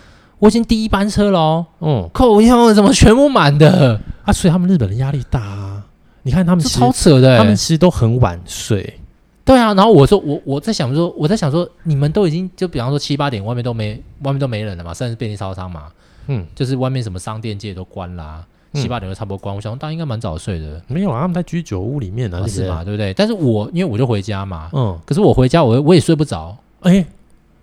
[SPEAKER 1] 我已经第一班车了哦，
[SPEAKER 2] 嗯
[SPEAKER 1] 靠，我要怎么全部满的？
[SPEAKER 2] 啊，所以他们日本人压力大啊，你看他们
[SPEAKER 1] 这
[SPEAKER 2] 其实
[SPEAKER 1] 超扯的、欸，
[SPEAKER 2] 他们其实都很晚睡，
[SPEAKER 1] 对啊，然后我说我我在想说我在想说你们都已经就比方说七八点外面都没外面都没人了嘛，甚至便利超商嘛，
[SPEAKER 2] 嗯，
[SPEAKER 1] 就是外面什么商店街都关啦，
[SPEAKER 2] 嗯
[SPEAKER 1] 七八点就差不多关。我想说大家应该蛮早睡的，
[SPEAKER 2] 没有啊，他们在居酒屋里面啊，
[SPEAKER 1] 啊
[SPEAKER 2] 这些
[SPEAKER 1] 是嘛，对不对？但是我因为我就回家嘛，
[SPEAKER 2] 嗯，
[SPEAKER 1] 可是我回家我我也睡不着，
[SPEAKER 2] 哎，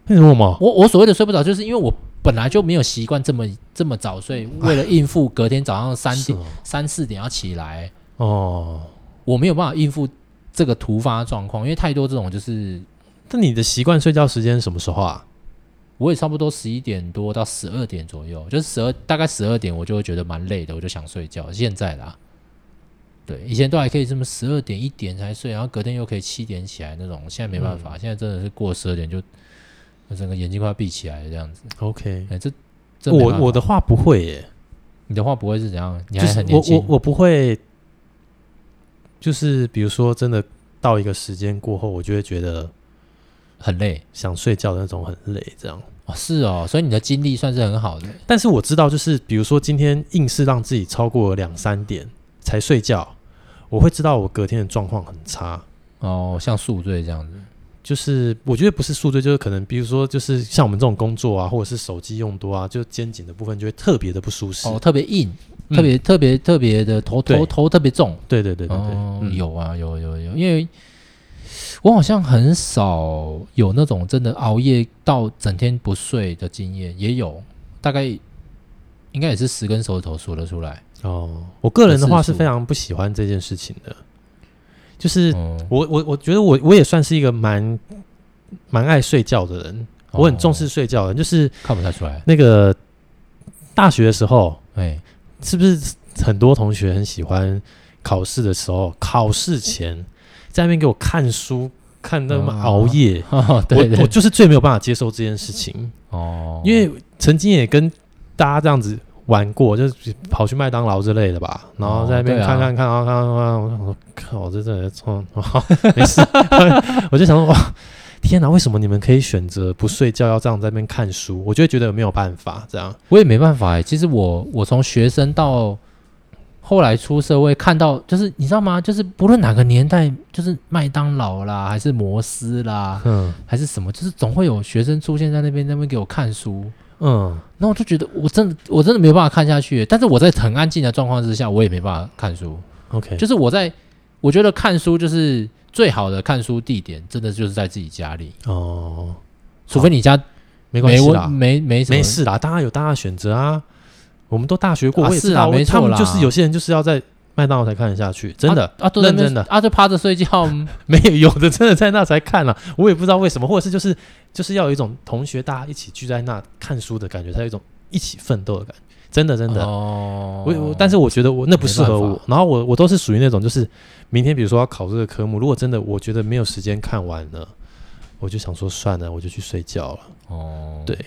[SPEAKER 2] 为什么？
[SPEAKER 1] 我我所谓的睡不着，就是因为我本来就没有习惯这么这么早睡，为了应付隔天早上三
[SPEAKER 2] 嗯是
[SPEAKER 1] 点三四点要起来，
[SPEAKER 2] 哦，
[SPEAKER 1] 我没有办法应付这个突发状况，因为太多这种就是
[SPEAKER 2] 那你的习惯睡觉时间什么时候啊？
[SPEAKER 1] 我也差不多十一点多到十二点左右，就是十二大概十二点我就会觉得蛮累的，我就想睡觉。现在啦，对，以前都还可以这么十二点一点才睡，然后隔天又可以七点起来那种，现在没办
[SPEAKER 2] 嗯
[SPEAKER 1] 法，现在真的是过十二点就我整个眼睛快要闭起来了这样子。
[SPEAKER 2] OK，
[SPEAKER 1] 哎、这这没办
[SPEAKER 2] 我
[SPEAKER 1] 法
[SPEAKER 2] 我的话不会耶、
[SPEAKER 1] 你的话不会是怎样？你
[SPEAKER 2] 就
[SPEAKER 1] 还
[SPEAKER 2] 是
[SPEAKER 1] 很
[SPEAKER 2] 我
[SPEAKER 1] 年轻
[SPEAKER 2] 我我不会，就是比如说真的到一个时间过后，我就会觉得
[SPEAKER 1] 很累
[SPEAKER 2] 想睡觉的那种很累这样。
[SPEAKER 1] 哦，是哦，所以你的精力算是很好的。
[SPEAKER 2] 但是我知道，就是比如说今天硬是让自己超过两三点才睡觉，我会知道我隔天的状况很差。
[SPEAKER 1] 哦，像宿醉这样子，
[SPEAKER 2] 就是我觉得不是宿醉，就是可能比如说就是像我们这种工作啊，或者是手机用多啊，就肩颈的部分就会特别的不舒适。
[SPEAKER 1] 哦，特别硬，
[SPEAKER 2] 嗯
[SPEAKER 1] 特别、特别特别的头头
[SPEAKER 2] 对
[SPEAKER 1] 头特别重。
[SPEAKER 2] 对对对对对，
[SPEAKER 1] 哦，
[SPEAKER 2] 嗯
[SPEAKER 1] 有啊，有有有，因为我好像很少有那种真的熬夜到整天不睡的经验，也有，大概应该也是十根手指头数得出来。
[SPEAKER 2] 哦，我个人的话
[SPEAKER 1] 次
[SPEAKER 2] 是
[SPEAKER 1] 数
[SPEAKER 2] 非常不喜欢这件事情的，就是
[SPEAKER 1] 嗯，
[SPEAKER 2] 我我我觉得我我也算是一个蛮蛮爱睡觉的人，我很重视
[SPEAKER 1] 哦，
[SPEAKER 2] 睡觉的人，就是
[SPEAKER 1] 看不太出来。
[SPEAKER 2] 那个大学的时候，
[SPEAKER 1] 哎，
[SPEAKER 2] 是不是很多同学很喜欢考试的时候，考试前在那边给我看书，看那么
[SPEAKER 1] 哦
[SPEAKER 2] 熬夜，
[SPEAKER 1] <laughs> 哦，对
[SPEAKER 2] 我我
[SPEAKER 1] 对，
[SPEAKER 2] 就是最没有办法接受这件事情，
[SPEAKER 1] 哦，
[SPEAKER 2] 因为曾经也跟大家这样子玩过，就是跑去麦当劳之类的吧，然后在那边
[SPEAKER 1] 哦对啊
[SPEAKER 2] 看看看啊看啊看啊，我想说靠，这真的冲，没事， <laughs> 我就想说哇，天哪，为什么你们可以选择不睡觉要这样在那边看书？我就会觉得没有办法这样，
[SPEAKER 1] 我也没办法哎、其实我我从学生到后来出社会，看到就是你知道吗？就是不论哪个年代，就是麦当劳啦，还是摩斯啦，
[SPEAKER 2] 嗯
[SPEAKER 1] 还是什么，就是总会有学生出现在那边，在那边给我看书。
[SPEAKER 2] 嗯，
[SPEAKER 1] 然后我就觉得我真的我真的没有办法看下去欸，但是我在很安静的状况之下，我也没办法看书。
[SPEAKER 2] OK，
[SPEAKER 1] 就是我在我觉得看书就是最好的看书地点，真的就是在自己家里，
[SPEAKER 2] 哦，
[SPEAKER 1] 除非你家
[SPEAKER 2] 没关
[SPEAKER 1] 没
[SPEAKER 2] 系
[SPEAKER 1] 问
[SPEAKER 2] 啦，
[SPEAKER 1] 没没什么
[SPEAKER 2] 没事啦，大家有大家的选择啊。我们都大学过，
[SPEAKER 1] 啊
[SPEAKER 2] 我也
[SPEAKER 1] 是
[SPEAKER 2] 知
[SPEAKER 1] 啦
[SPEAKER 2] 道，我
[SPEAKER 1] 没错
[SPEAKER 2] 他们
[SPEAKER 1] 啦
[SPEAKER 2] 就是有些人就是要在麦当劳才看得下去，真的。
[SPEAKER 1] 啊啊，都在那边
[SPEAKER 2] 认真的
[SPEAKER 1] 啊，就趴着睡觉。
[SPEAKER 2] <laughs> 没有，有的真的在那才看了、我也不知道为什么，或者是就是就是要有一种同学大家一起聚在那看书的感觉，才有一种一起奋斗的感觉。真的，真的，
[SPEAKER 1] 哦，
[SPEAKER 2] 我我但是我觉得我那不适合
[SPEAKER 1] 没
[SPEAKER 2] 我
[SPEAKER 1] 办，
[SPEAKER 2] 然后我我都是属于那种就是明天比如说要考这个科目，如果真的我觉得没有时间看完了，我就想说算了，我就去睡觉了。
[SPEAKER 1] 哦，
[SPEAKER 2] 对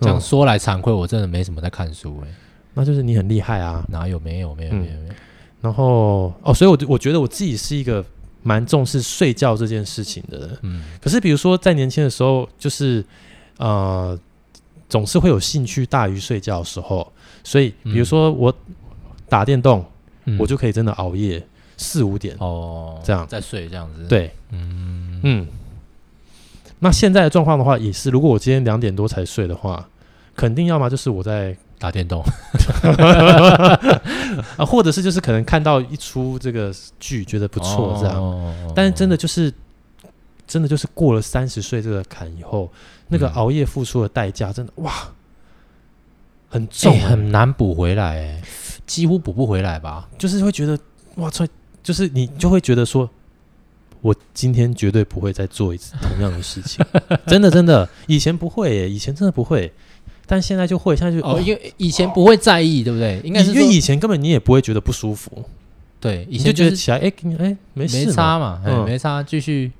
[SPEAKER 1] 这样
[SPEAKER 2] 嗯
[SPEAKER 1] 说来惭愧，我真的没什么在看书哎、
[SPEAKER 2] 那就是你很厉害啊。
[SPEAKER 1] 哪有没有没有
[SPEAKER 2] 嗯
[SPEAKER 1] 没有没有，
[SPEAKER 2] 然后哦，所以我就我觉得我自己是一个蛮重视睡觉这件事情的人。
[SPEAKER 1] 嗯，
[SPEAKER 2] 可是比如说在年轻的时候，就是呃，总是会有兴趣大于睡觉的时候，所以比如说我打电动，
[SPEAKER 1] 嗯
[SPEAKER 2] 我就可以真的熬夜四五点，
[SPEAKER 1] 哦
[SPEAKER 2] 这样
[SPEAKER 1] 再睡这样子，，
[SPEAKER 2] 对，
[SPEAKER 1] 嗯
[SPEAKER 2] 嗯。那现在的状况的话，也是，如果我今天两点多才睡的话，肯定要么就是我在 <laughs>
[SPEAKER 1] 打电 <laughs> 动，
[SPEAKER 2] 啊，或者是就是可能看到一出这个剧，觉得不错这样。
[SPEAKER 1] 样
[SPEAKER 2] 但是真的就是，真的就是过了三十岁这个坎以后，那个
[SPEAKER 1] 嗯
[SPEAKER 2] 熬夜付出的代价，真的哇，很
[SPEAKER 1] 这
[SPEAKER 2] 重啊、
[SPEAKER 1] 哎很难补回来、欸，几乎补不回来吧？
[SPEAKER 2] 就是会觉得哇，这就是你就会觉得说，我今天绝对不会再做一次同样的事
[SPEAKER 1] <laughs>
[SPEAKER 2] 情，真的真 <laughs> 的，以前不会耶，以前真的不会，但现在就会，现在就
[SPEAKER 1] 哦，
[SPEAKER 2] 为
[SPEAKER 1] 因为以前不会在意，对不对？应该是
[SPEAKER 2] 哦因为
[SPEAKER 1] 说
[SPEAKER 2] 以前根本你也不会觉得不舒服，
[SPEAKER 1] 对，以
[SPEAKER 2] 你
[SPEAKER 1] 前
[SPEAKER 2] 就觉得
[SPEAKER 1] 是
[SPEAKER 2] 起来哎哎没
[SPEAKER 1] 没
[SPEAKER 2] 事嘛
[SPEAKER 1] 差嘛，哎
[SPEAKER 2] 嗯
[SPEAKER 1] 没差，继续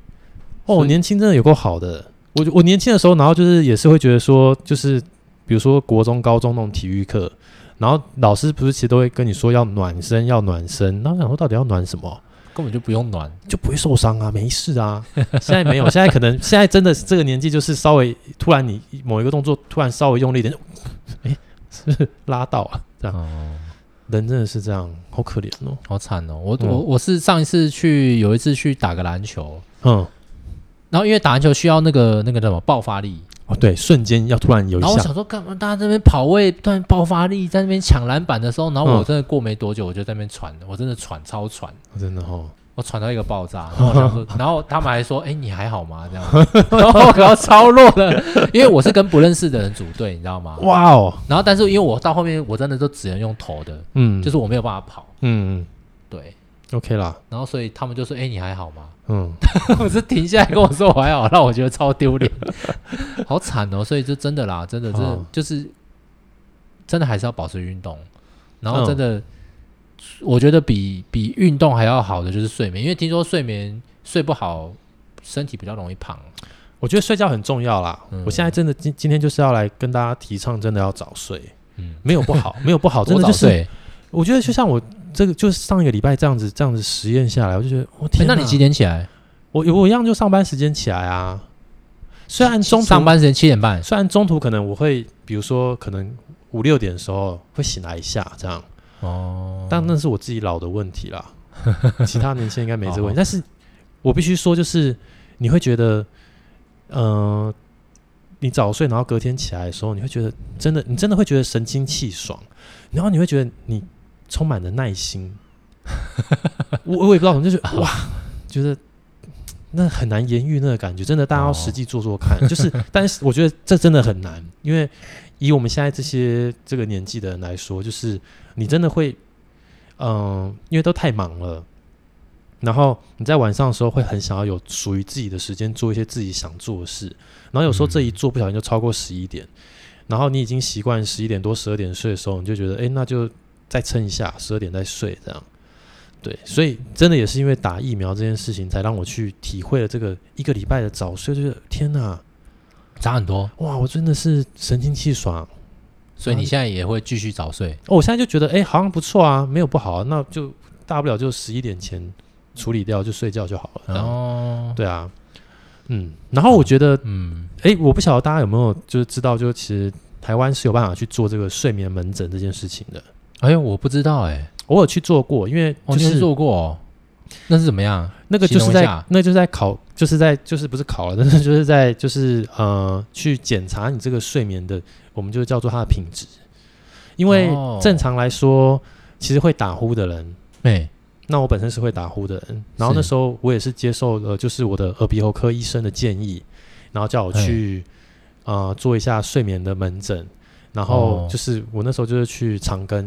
[SPEAKER 2] 哦，我
[SPEAKER 1] 所以
[SPEAKER 2] 年轻真的有够好的。我我年轻的时候，然后就是也是会觉得说，就是比如说国中、高中那种体育课，然后老师不是其实都会跟你说要暖身，要暖身。然后想说到底要暖什么，
[SPEAKER 1] 根本就不用暖，
[SPEAKER 2] 就不会受伤啊，没
[SPEAKER 1] <laughs>
[SPEAKER 2] 事啊。现在没有，现在可能现在真的是这个年纪，就是稍微突然你某一个动作突然稍微用力一点，哎、是不是拉到啊？这样
[SPEAKER 1] 哦，
[SPEAKER 2] 人真的是这样，好可怜哦。
[SPEAKER 1] 好惨哦！我
[SPEAKER 2] 嗯
[SPEAKER 1] 我我是上一次去有一次去打个篮球，
[SPEAKER 2] 嗯，
[SPEAKER 1] 然后因为打篮球需要那个那个叫什么爆发力，
[SPEAKER 2] 哦对，瞬间要突然有一
[SPEAKER 1] 然后我
[SPEAKER 2] 下
[SPEAKER 1] 想说干嘛？大家这边跑位，突然爆发力，在那边抢篮板的时候，然后
[SPEAKER 2] 嗯
[SPEAKER 1] 我真的过没多久，我就在那边喘，我真的喘超喘，
[SPEAKER 2] 真的哦，
[SPEAKER 1] 我喘到一个爆炸。然后我想说，然后他们还说：“哎、你还好吗？”这样， <laughs> 然后我搞超弱了，因为我是跟不认识的人组队，你知道吗？
[SPEAKER 2] 哇哦，
[SPEAKER 1] 然后但是因为我到后面我真的都只能用投的，
[SPEAKER 2] 嗯，
[SPEAKER 1] 就是我没有办法跑，
[SPEAKER 2] 嗯嗯。
[SPEAKER 1] 对，
[SPEAKER 2] OK 啦，
[SPEAKER 1] 然后所以他们就说：“哎、你还好吗
[SPEAKER 2] 嗯，？”
[SPEAKER 1] 我是停下来跟我说我还好，让我觉得超丢
[SPEAKER 2] <laughs>
[SPEAKER 1] 脸，好惨哦。所以就真的啦，真的，真的、
[SPEAKER 2] 哦
[SPEAKER 1] 就是真的还是要保持运动，然后
[SPEAKER 2] 嗯
[SPEAKER 1] 真的，我觉得比比运动还要好的就是睡眠，因为听说睡眠睡不好，身体比较容易胖。
[SPEAKER 2] 我觉得睡觉很重要啦。
[SPEAKER 1] 嗯
[SPEAKER 2] 我现在真的今今天就是要来跟大家提倡，真的要早睡，
[SPEAKER 1] 嗯，
[SPEAKER 2] 没有不
[SPEAKER 1] <laughs>
[SPEAKER 2] 好，没有不哦好，真
[SPEAKER 1] 多
[SPEAKER 2] 的
[SPEAKER 1] 早
[SPEAKER 2] 就是
[SPEAKER 1] 睡？
[SPEAKER 2] 我觉得就像我这个，就是上一个礼拜这样子这样子实验下来，我就觉得我
[SPEAKER 1] 哎
[SPEAKER 2] 天、
[SPEAKER 1] 那你几
[SPEAKER 2] 天？
[SPEAKER 1] 点起来？
[SPEAKER 2] 我我一样就上班时间起来啊。虽然中途
[SPEAKER 1] 上，班时间七点半。
[SPEAKER 2] 虽然中途可能我会，比如说可能五六点的时候会醒来一下这样，
[SPEAKER 1] 哦，
[SPEAKER 2] 但那是我自己老的问题啦。其他年轻人应该没这个问题，但是我必须说，就是你会觉得，呃，你早睡，然后隔天起来的时候，你会觉得真的，你真的会觉得神清气爽，然后你会觉得你充满了耐心。我我也不知道怎么，就是哇，觉得那很难言喻那个感觉，真的，大家要实际做做看。就是， <laughs> 但是我觉得这真的很难，因为以我们现在这些这个年纪的人来说，就是你真的会，嗯、因为都太忙了。然后你在晚上的时候会很想要有属于自己的时间做一些自己想做的事，然后有时候这一做不小心就超过十一点，然后你已经习惯十一点多十二点睡的时候，你就觉得哎、诶那就再撑一下，十二点再睡这样。对，所以真的也是因为打疫苗这件事情，才让我去体会了这个一个礼拜的早睡，就觉得天哪，
[SPEAKER 1] 差很多，
[SPEAKER 2] 哇，我真的是神清气爽。
[SPEAKER 1] 所以你现在也会继续早睡。
[SPEAKER 2] 哦，我现在就觉得哎、诶好像不错啊，没有不好、啊，那就大不了就十一点前处理掉，就睡觉就好了。这样
[SPEAKER 1] 哦，
[SPEAKER 2] 对啊，嗯，然后我觉得
[SPEAKER 1] 嗯，
[SPEAKER 2] 哎，我不晓得大家有没有就是知道，就是其实台湾是有办法去做这个睡眠门诊这件事情的。
[SPEAKER 1] 哎呦，我不知道哎，
[SPEAKER 2] 我有去做过，因为
[SPEAKER 1] 我
[SPEAKER 2] 就
[SPEAKER 1] 没
[SPEAKER 2] 是、
[SPEAKER 1] 做过哦，那是怎么样？
[SPEAKER 2] 那个就
[SPEAKER 1] 形容
[SPEAKER 2] 是
[SPEAKER 1] 一
[SPEAKER 2] 在
[SPEAKER 1] 下
[SPEAKER 2] 那就是在考，就是在就是不是考了， <laughs> 但是就是在就是呃去检查你这个睡眠的，我们就叫做它的品质。因为
[SPEAKER 1] 哦
[SPEAKER 2] 正常来说，其实会打呼的人，
[SPEAKER 1] 哎，
[SPEAKER 2] 那我本身是会打呼的人，然后
[SPEAKER 1] 是
[SPEAKER 2] 那时候我也是接受了就是我的耳鼻喉科医生的建议，然后叫我去呃做一下睡眠的门诊，然后
[SPEAKER 1] 哦
[SPEAKER 2] 就是我那时候就是去长庚，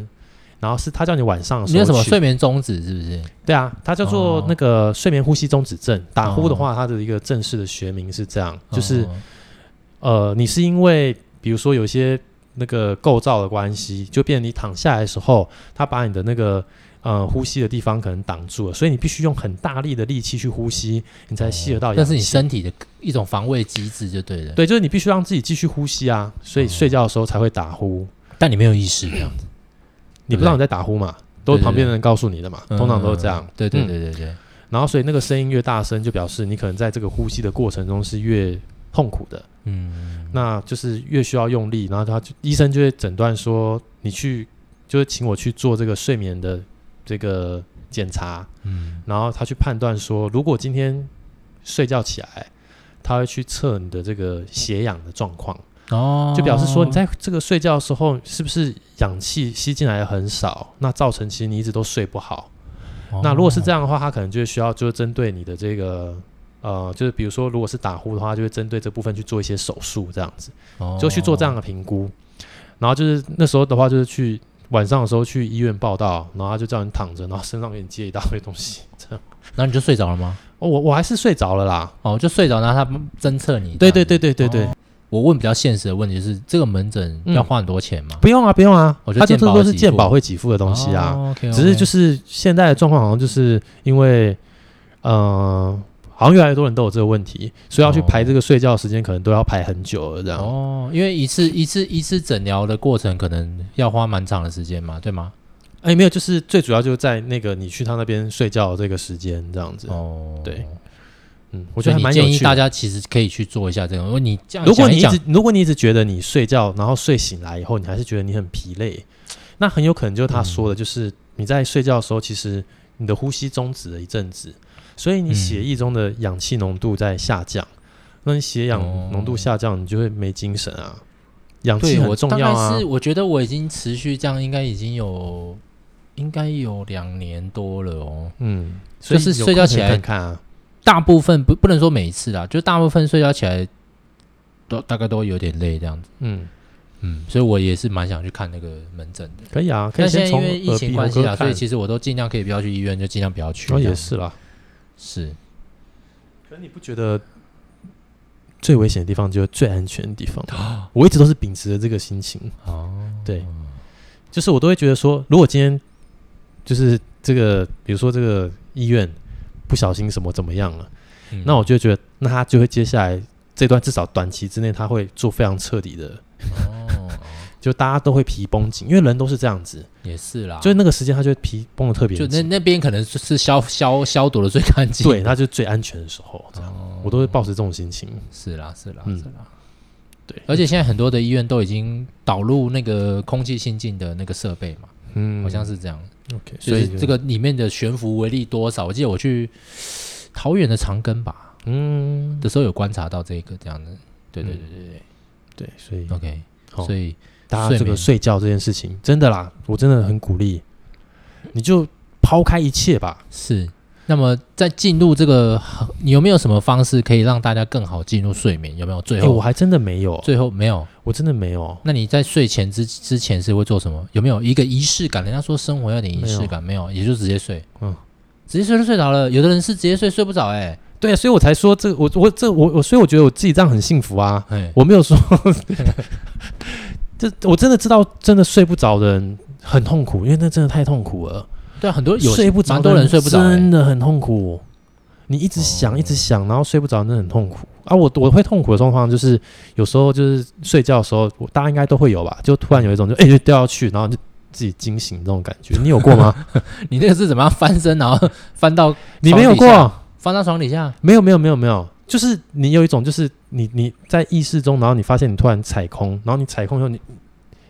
[SPEAKER 2] 然后是他叫你晚上的时
[SPEAKER 1] 你有
[SPEAKER 2] 候
[SPEAKER 1] 什么
[SPEAKER 2] 去
[SPEAKER 1] 睡眠中止是不是？
[SPEAKER 2] 对啊，它叫做
[SPEAKER 1] 哦
[SPEAKER 2] 那个睡眠呼吸中止症。打呼的
[SPEAKER 1] 哦
[SPEAKER 2] 话，它的一个正式的学名是这样， <laughs> 就是
[SPEAKER 1] 哦
[SPEAKER 2] 呃，你是因为比如说有些那个构造的关系，就变成你躺下来的时候，它把你的那个呃呼吸的地方可能挡住了，所以你必须用很大力的力气去呼吸，你才吸得到氧
[SPEAKER 1] 哦
[SPEAKER 2] 气。
[SPEAKER 1] 那是你身体的一种防卫机制就对了。，
[SPEAKER 2] 对，就是你必须让自己继续呼吸啊，所以睡觉的时候才会打呼。
[SPEAKER 1] 但你没有意识这样子，
[SPEAKER 2] 你不知道你在打呼嘛？都是旁边的人告诉你的嘛，通常都是这样
[SPEAKER 1] 嗯。对对
[SPEAKER 2] 嗯
[SPEAKER 1] 对对对，
[SPEAKER 2] 然后所以那个声音越大声，就表示你可能在这个呼吸的过程中是越痛苦的，
[SPEAKER 1] 嗯，
[SPEAKER 2] 那就是越需要用力。然后他就医生就会诊断说，你去就是请我去做这个睡眠的这个检查，
[SPEAKER 1] 嗯，
[SPEAKER 2] 然后他去判断说，如果今天睡觉起来，他会去测你的这个血氧的状况，
[SPEAKER 1] 哦，
[SPEAKER 2] 就表示说你在这个睡觉的时候是不是氧气吸进来的很少，那造成其实你一直都睡不好。
[SPEAKER 1] 哦，
[SPEAKER 2] 那如果是这样的话，他可能就会需要就是针对你的这个呃，就是比如说如果是打呼的话，就会针对这部分去做一些手术，这样子
[SPEAKER 1] 哦，
[SPEAKER 2] 就去做这样的评估。然后就是那时候的话，就是去晚上的时候去医院报道，然后他就叫你躺着，然后身上给你接一大堆东西， <laughs> 这样。
[SPEAKER 1] 然后你就睡着了吗？
[SPEAKER 2] 哦，我我还是睡着了啦。
[SPEAKER 1] 哦，就睡着，然后他侦测你。
[SPEAKER 2] 对对对对对对，
[SPEAKER 1] 哦我问比较现实的问题就是，这个门诊要花很多钱吗？
[SPEAKER 2] 不用啊不用啊，
[SPEAKER 1] 我觉得
[SPEAKER 2] 他就这
[SPEAKER 1] 健保
[SPEAKER 2] 都
[SPEAKER 1] 会
[SPEAKER 2] 是
[SPEAKER 1] 给
[SPEAKER 2] 健
[SPEAKER 1] 付
[SPEAKER 2] 保会给付的东西啊。
[SPEAKER 1] o k
[SPEAKER 2] 只是就是现在的状况好像就是因为，呃，好像越来越多人都有这个问题，所以要去
[SPEAKER 1] 哦
[SPEAKER 2] 排这个睡觉时间，可能都要排很久了这样。
[SPEAKER 1] 哦，因为一次一次一次诊疗的过程可能要花蛮长的时间嘛，对吗？
[SPEAKER 2] 哎，没有，就是最主要就是在那个你去他那边睡觉的这个时间这样子。
[SPEAKER 1] 哦，
[SPEAKER 2] 对，嗯，
[SPEAKER 1] 我
[SPEAKER 2] 我觉得还蛮有
[SPEAKER 1] 建议
[SPEAKER 2] 趣
[SPEAKER 1] 大
[SPEAKER 2] 的。
[SPEAKER 1] 家其实可以去做一下这个。如果你这样
[SPEAKER 2] 如果
[SPEAKER 1] 想
[SPEAKER 2] 你一
[SPEAKER 1] 讲
[SPEAKER 2] 直如果你一直觉得你睡觉，然后睡醒来以后，你还是觉得你很疲累，那很有可能就是他说
[SPEAKER 1] 嗯
[SPEAKER 2] 的，就是你在睡觉的时候，其实你的呼吸终止了一阵子，所以你
[SPEAKER 1] 嗯
[SPEAKER 2] 血液中的氧气浓度在下降。那你血氧
[SPEAKER 1] 哦
[SPEAKER 2] 浓度下降，你就会没精神啊。氧气
[SPEAKER 1] 对
[SPEAKER 2] 很
[SPEAKER 1] 我
[SPEAKER 2] 重
[SPEAKER 1] 大
[SPEAKER 2] 要
[SPEAKER 1] 概
[SPEAKER 2] 啊
[SPEAKER 1] 是。我觉得我已经持续这样，应该已经有应该有两年多了哦。
[SPEAKER 2] 嗯，所以
[SPEAKER 1] 就是
[SPEAKER 2] 有
[SPEAKER 1] 睡觉
[SPEAKER 2] 空
[SPEAKER 1] 起
[SPEAKER 2] 可以
[SPEAKER 1] 来
[SPEAKER 2] 看看啊。
[SPEAKER 1] 大部分不不能说每一次啦，就大部分睡觉起来都大概都有点累这样子。
[SPEAKER 2] 嗯，
[SPEAKER 1] 嗯，所以我也是蛮想去看那个门诊的。
[SPEAKER 2] 可以啊，可以
[SPEAKER 1] 但现在
[SPEAKER 2] 先从
[SPEAKER 1] 因为疫
[SPEAKER 2] 耳
[SPEAKER 1] 情
[SPEAKER 2] 鼻
[SPEAKER 1] 关
[SPEAKER 2] 喉
[SPEAKER 1] 系
[SPEAKER 2] 科
[SPEAKER 1] 啦，所以
[SPEAKER 2] 看。
[SPEAKER 1] 其实我都尽量可以不要去医院，就尽量不要去。
[SPEAKER 2] 哦，
[SPEAKER 1] 这
[SPEAKER 2] 也
[SPEAKER 1] 样
[SPEAKER 2] 是啦。
[SPEAKER 1] 是，
[SPEAKER 2] 可你不觉得最危险的地方就是最安全的地方？
[SPEAKER 1] 啊
[SPEAKER 2] 我一直都是秉持着这个心情，
[SPEAKER 1] 哦，
[SPEAKER 2] 对，就是我都会觉得说，如果今天就是这个，比如说这个医院不小心什么怎么样了，
[SPEAKER 1] 嗯
[SPEAKER 2] 那我就会觉得，那他就会接下来这段至少短期之内，他会做非常彻底的，
[SPEAKER 1] 哦，
[SPEAKER 2] 就大家都会皮绷紧，因为人都是这样子，
[SPEAKER 1] 也是啦，
[SPEAKER 2] 就是那个时间他就会皮绷的特别
[SPEAKER 1] 啊就那
[SPEAKER 2] 紧，
[SPEAKER 1] 那边可能是是消消消毒的最干净，
[SPEAKER 2] 对，那就是最安全的时候，这样，
[SPEAKER 1] 哦，
[SPEAKER 2] 我都会抱持这种心情，
[SPEAKER 1] 是啦是啦
[SPEAKER 2] 嗯
[SPEAKER 1] 是啦，
[SPEAKER 2] 对，
[SPEAKER 1] 而且现在很多的医院都已经导入那个空气清净的那个设备嘛，
[SPEAKER 2] 嗯
[SPEAKER 1] 好像是这样，
[SPEAKER 2] OK，
[SPEAKER 1] 所以
[SPEAKER 2] 就是
[SPEAKER 1] 这个里面的悬浮微粒多少，我记得我去桃园的长庚吧
[SPEAKER 2] 嗯，
[SPEAKER 1] 的时候有观察到这个这样的，对对对对
[SPEAKER 2] 对，所以
[SPEAKER 1] 对，OK，
[SPEAKER 2] 嗯好
[SPEAKER 1] 所以
[SPEAKER 2] 大家
[SPEAKER 1] 睡
[SPEAKER 2] 这个
[SPEAKER 1] 眠
[SPEAKER 2] 睡觉这件事情，真的啦，我真的很鼓励，你就抛开一切吧。
[SPEAKER 1] 是。那么，在进入这个，你有没有什么方式可以让大家更好进入睡眠？有没有？最
[SPEAKER 2] 哎、
[SPEAKER 1] 后
[SPEAKER 2] 我还真的没有，
[SPEAKER 1] 最后没有，
[SPEAKER 2] 我真的没有，
[SPEAKER 1] 那你在睡前之之前是会做什么？有没有一个仪式感？人家说生活要点仪式感，没有，也就直接睡，
[SPEAKER 2] 嗯，
[SPEAKER 1] 直接睡就睡着了。有的人是直接睡睡不着、欸，
[SPEAKER 2] 对，啊所以我才说这我我这我我，所以我觉得我自己这样很幸福啊，
[SPEAKER 1] 哎，
[SPEAKER 2] 我没 <laughs> 有说，这我真的知道，真的睡不着的人很痛苦，因为那真的太痛苦了，
[SPEAKER 1] 对啊，很多有
[SPEAKER 2] 睡不着，
[SPEAKER 1] 蛮多人睡不着、哦
[SPEAKER 2] 真
[SPEAKER 1] 欸，
[SPEAKER 2] 的很痛苦。你一直想，一直想，然后睡不着，那很痛苦啊！我我会痛苦的状况就是，有时候就是睡觉的时候，我大家应该都会有吧，就突然有一
[SPEAKER 1] <laughs>
[SPEAKER 2] 种就哎、就掉下去，然后就自己惊醒这种感觉，你有过
[SPEAKER 1] <laughs>
[SPEAKER 2] 吗？
[SPEAKER 1] 你那个是怎么样翻身，然
[SPEAKER 2] <laughs>
[SPEAKER 1] 后翻到
[SPEAKER 2] 你没有
[SPEAKER 1] 床底
[SPEAKER 2] 过？
[SPEAKER 1] 翻到床底下？
[SPEAKER 2] 没有没有没有没有，就是你有一种就是你你在意识中，然后你发现你突然踩空，然后你踩空以后你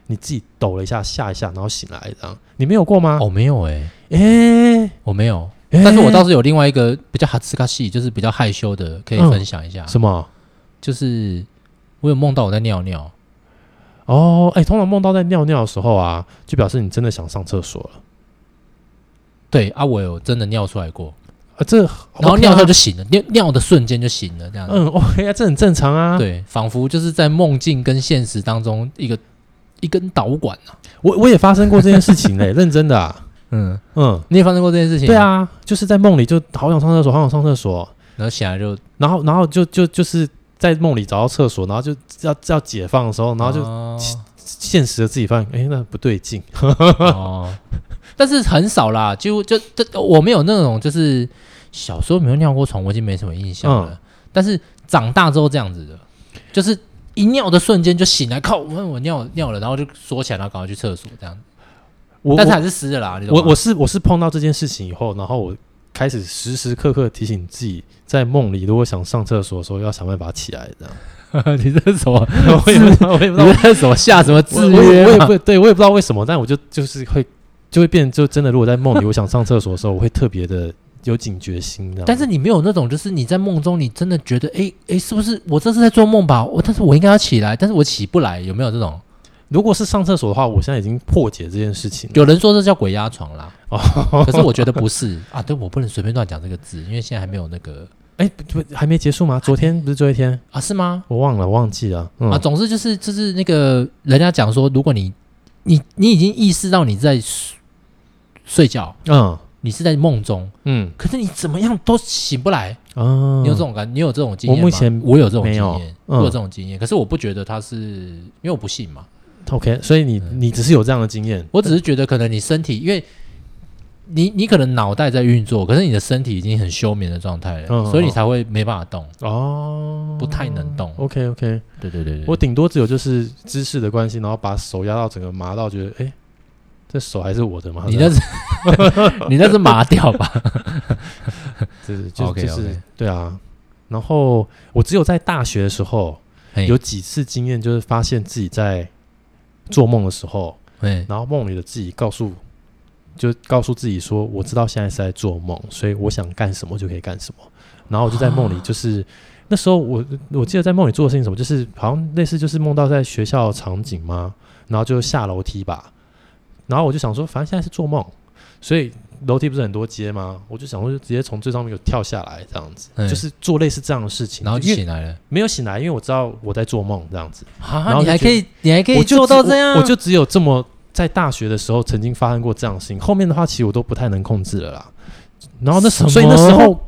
[SPEAKER 2] 你自己抖了一下，吓一下，然后醒来这样，你没有过吗？
[SPEAKER 1] 哦，没有、欸，
[SPEAKER 2] 哎、
[SPEAKER 1] 我没有，
[SPEAKER 2] 哎
[SPEAKER 1] 但是我倒是有另外一个比较哈斯卡系，就是比较害羞的，可以分享一下，
[SPEAKER 2] 什么？
[SPEAKER 1] 就是我有梦到我在尿尿，
[SPEAKER 2] 哦，哎、通常梦到在尿尿的时候啊，就表示你真的想上厕所了
[SPEAKER 1] 对啊，我有真的尿出来过，
[SPEAKER 2] 啊。这
[SPEAKER 1] 然后
[SPEAKER 2] OK
[SPEAKER 1] 尿
[SPEAKER 2] 啊
[SPEAKER 1] 出来就醒了，尿尿的瞬间就醒了，这样子。
[SPEAKER 2] 嗯，OK 啊，这很正常啊。，
[SPEAKER 1] 对，仿佛就是在梦境跟现实当中一个一根导管啊。
[SPEAKER 2] 我我也发生过这件事情嘞、 <laughs> 认真的、啊。
[SPEAKER 1] 嗯，
[SPEAKER 2] 嗯，
[SPEAKER 1] 你也发生过这件事情？
[SPEAKER 2] 对，啊，就是在梦里就好想上厕所，好想上厕所，
[SPEAKER 1] 然后醒来就，
[SPEAKER 2] 然后然后就就就是在梦里找到厕所，然后就要要解放的时候，然后就
[SPEAKER 1] 哦
[SPEAKER 2] 现实的自己发现，哎、那不对劲。 <laughs>
[SPEAKER 1] 哦，但是很少啦，几乎就这我没有那种就是小时候没有尿过床，我已经没什么印象
[SPEAKER 2] 嗯
[SPEAKER 1] 了。但是长大之后这样子的，就是一尿的瞬间就醒来，靠，我我尿尿了，然后就缩起来，然后赶快去厕所这样。
[SPEAKER 2] 我
[SPEAKER 1] 但是还是湿的啦，你懂
[SPEAKER 2] 我
[SPEAKER 1] 吗
[SPEAKER 2] 我是我是碰到这件事情以后，然后我开始时时刻刻提醒自己，在梦里如果想上厕所的时候，要想办法起来，这样。
[SPEAKER 1] <laughs> 你这是什么？
[SPEAKER 2] <laughs> 我也不知道，我也不知道
[SPEAKER 1] 你，这是什么下什么
[SPEAKER 2] 我
[SPEAKER 1] 制
[SPEAKER 2] 我也
[SPEAKER 1] 约啊
[SPEAKER 2] 我也
[SPEAKER 1] 吗？
[SPEAKER 2] 不对我也不知道为什么，但我就就是会就会变，就真的如果在梦里我想上厕所的时候，我会特别的有警觉心的。
[SPEAKER 1] 但是你没有那种，就是你在梦中，你真的觉得，哎、诶哎、是不是我这是在做梦吧？我但是我应该要起来，但是我起不来，有没有这种？
[SPEAKER 2] 嗯如果是上厕所的话，我现在已经破解这件事情了。
[SPEAKER 1] 有人说这叫鬼压床啦，
[SPEAKER 2] 哦，
[SPEAKER 1] 可是我觉得不是啊。对，我不能随便乱讲这个字，因为现在还没有那个
[SPEAKER 2] 哎，不不还没结束吗？昨天不是最后一天，
[SPEAKER 1] 啊，是吗？
[SPEAKER 2] 我忘了，我忘记了。嗯
[SPEAKER 1] 啊，，总之就是就是那个人家讲说，如果你你你已经意识到你在睡睡觉，
[SPEAKER 2] 嗯
[SPEAKER 1] 你是在梦中，
[SPEAKER 2] 嗯
[SPEAKER 1] 可是你怎么样都醒不来，
[SPEAKER 2] 啊，
[SPEAKER 1] 你有这种感，你有这种经验吗？
[SPEAKER 2] 我目前
[SPEAKER 1] 我有这种
[SPEAKER 2] 没
[SPEAKER 1] 经
[SPEAKER 2] 有
[SPEAKER 1] 验，
[SPEAKER 2] 嗯
[SPEAKER 1] 我有这种经验，可是我不觉得它是，因为我不信嘛。
[SPEAKER 2] OK，所以你
[SPEAKER 1] 嗯
[SPEAKER 2] 你只是有这样的经验，
[SPEAKER 1] 我只是觉得可能你身体，因为你你可能脑袋在运作，可是你的身体已经很休眠的状态了，
[SPEAKER 2] 嗯嗯
[SPEAKER 1] 所以你
[SPEAKER 2] 嗯
[SPEAKER 1] 才会没办法动，
[SPEAKER 2] 哦
[SPEAKER 1] 不太能动。
[SPEAKER 2] OK OK，
[SPEAKER 1] 对对对对，
[SPEAKER 2] 我顶多只有就是姿势的关系，然后把手压到整个麻到，觉得哎，这手还是我的吗？
[SPEAKER 1] 你那是 <laughs> 你那是麻掉
[SPEAKER 2] <laughs>
[SPEAKER 1] 吧？
[SPEAKER 2] 就是就
[SPEAKER 1] OK，
[SPEAKER 2] 就是
[SPEAKER 1] OK
[SPEAKER 2] 对啊。然后我只有在大学的时候
[SPEAKER 1] 嘿
[SPEAKER 2] 有几次经验，就是发现自己在做梦的时候，
[SPEAKER 1] 嘿
[SPEAKER 2] 然后梦里的自己告诉，就告诉自己说，我知道现在是在做梦，所以我想干什么就可以干什么。然后我就在梦里，就是、
[SPEAKER 1] 啊
[SPEAKER 2] 那时候我我记得在梦里做的事情是什么，就是好像类似就是梦到在学校的场景嘛，然后就下楼梯吧。然后我就想说，反正现在是做梦，所以楼梯不是很多阶吗？我就想说，就直接从最上面就跳下来，这样子，
[SPEAKER 1] 嗯
[SPEAKER 2] 就是做类似这样的事情。
[SPEAKER 1] 然后
[SPEAKER 2] 因
[SPEAKER 1] 就
[SPEAKER 2] 为
[SPEAKER 1] 醒来了
[SPEAKER 2] 没有醒来，因为我知道我在做梦，这样子。然
[SPEAKER 1] 啊！
[SPEAKER 2] 后
[SPEAKER 1] 你
[SPEAKER 2] 就
[SPEAKER 1] 还
[SPEAKER 2] 觉
[SPEAKER 1] 可以，你还可以
[SPEAKER 2] 我就
[SPEAKER 1] 做到
[SPEAKER 2] 只
[SPEAKER 1] 这样，
[SPEAKER 2] 我，我就只有这么在大学的时候曾经发生过这样的事情，后面的话其实我都不太能控制了啦。然后那时
[SPEAKER 1] 什么
[SPEAKER 2] 所以那时候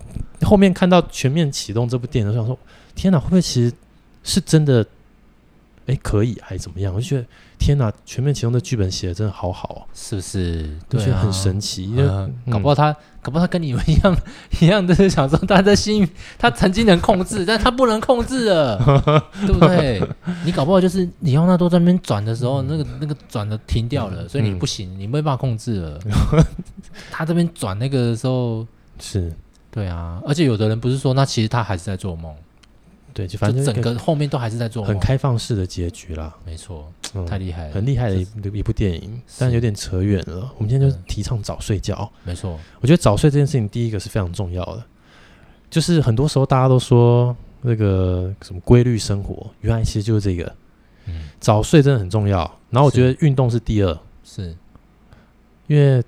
[SPEAKER 2] 后面看到《全面启动》这部电影，我想说，天哪，会不会其实是真的？哎，可以还是怎么样？我就觉得天哪，《全面启动》的剧本写的真的好好哦、
[SPEAKER 1] 是不是？
[SPEAKER 2] 我
[SPEAKER 1] 对
[SPEAKER 2] 觉得
[SPEAKER 1] 啊，
[SPEAKER 2] 很神奇。因为
[SPEAKER 1] 嗯，搞不好他，搞不好他跟你们一样 <laughs> 一样的，想说他在心里，他曾经能控制，但他不能控制
[SPEAKER 2] <laughs>
[SPEAKER 1] 了，对不对？你搞不好就是里奥纳多在那边转的时候，那个那个转的停掉了，所以你
[SPEAKER 2] 嗯
[SPEAKER 1] 不行，你没办法控制
[SPEAKER 2] <laughs>
[SPEAKER 1] 了。他这边转那个的时候，
[SPEAKER 2] 是
[SPEAKER 1] 对啊，而且有的人不是说，那其实他还是在做梦，
[SPEAKER 2] 对，就
[SPEAKER 1] 就
[SPEAKER 2] 反正
[SPEAKER 1] 整
[SPEAKER 2] 一
[SPEAKER 1] 个后面都还是在做
[SPEAKER 2] 很
[SPEAKER 1] 梦。
[SPEAKER 2] 开放式的结局啦，
[SPEAKER 1] 没错，
[SPEAKER 2] 嗯
[SPEAKER 1] 太厉害了，
[SPEAKER 2] 很厉害的一部一部电影，但有点扯远了。我们今天就是
[SPEAKER 1] 嗯
[SPEAKER 2] 提倡早睡觉。
[SPEAKER 1] 没错，
[SPEAKER 2] 我觉得早睡这件事情，第一个是非常重要的，就是很多时候大家都说那个什么规律生活，原来其实就是这个
[SPEAKER 1] 嗯，
[SPEAKER 2] 早睡真的很重要。然后我
[SPEAKER 1] 是
[SPEAKER 2] 觉得运动是第二，
[SPEAKER 1] 是
[SPEAKER 2] 因为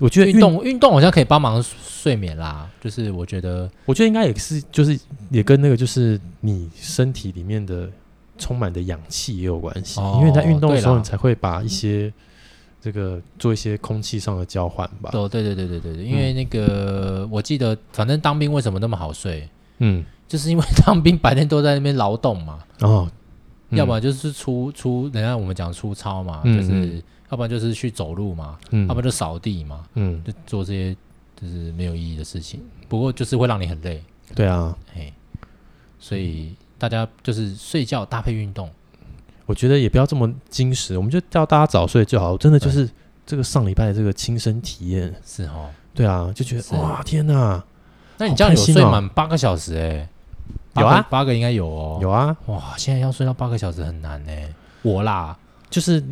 [SPEAKER 2] 我觉得
[SPEAKER 1] 运，动，运动好像可以帮忙睡眠啦，就是我觉得。
[SPEAKER 2] 我觉得应该也是就是也跟那个就是你身体里面的充满的氧气也有关系，
[SPEAKER 1] 哦
[SPEAKER 2] 因为你在运动的时候，
[SPEAKER 1] 对啦
[SPEAKER 2] 你才会把一些这个做一些空气上的交换吧。嗯
[SPEAKER 1] 哦，对对对对对对，因为那个、我记得，反正当兵为什么那么好睡，
[SPEAKER 2] 嗯，
[SPEAKER 1] 就是因为 <laughs> 当兵白天都在那边劳动嘛，
[SPEAKER 2] 哦，
[SPEAKER 1] <laughs>
[SPEAKER 2] 嗯
[SPEAKER 1] 要不然就是出出，人家我们讲出操嘛，
[SPEAKER 2] 嗯
[SPEAKER 1] 就是要不然就是去走路嘛，
[SPEAKER 2] 嗯
[SPEAKER 1] 要不然就扫地嘛，
[SPEAKER 2] 嗯，
[SPEAKER 1] 就做这些就是没有意义的事情。不过就是会让你很累，
[SPEAKER 2] 对啊，
[SPEAKER 1] 嘿，所以大家就是睡觉搭配运动，
[SPEAKER 2] 我觉得也不要这么矜持，我们就叫大家早睡就好。真的就是这个上礼拜的这个亲身体验，
[SPEAKER 1] 是哦。
[SPEAKER 2] 对啊，就觉
[SPEAKER 1] 是
[SPEAKER 2] 得哇天哪，
[SPEAKER 1] 那你这样有
[SPEAKER 2] 好开心
[SPEAKER 1] 睡
[SPEAKER 2] 哦
[SPEAKER 1] 满八个小时哎、八
[SPEAKER 2] 有
[SPEAKER 1] 个
[SPEAKER 2] 啊
[SPEAKER 1] 八个应该有哦。
[SPEAKER 2] 有啊，
[SPEAKER 1] 哇，现在要睡到八个小时很难哎、我啦，
[SPEAKER 2] 就是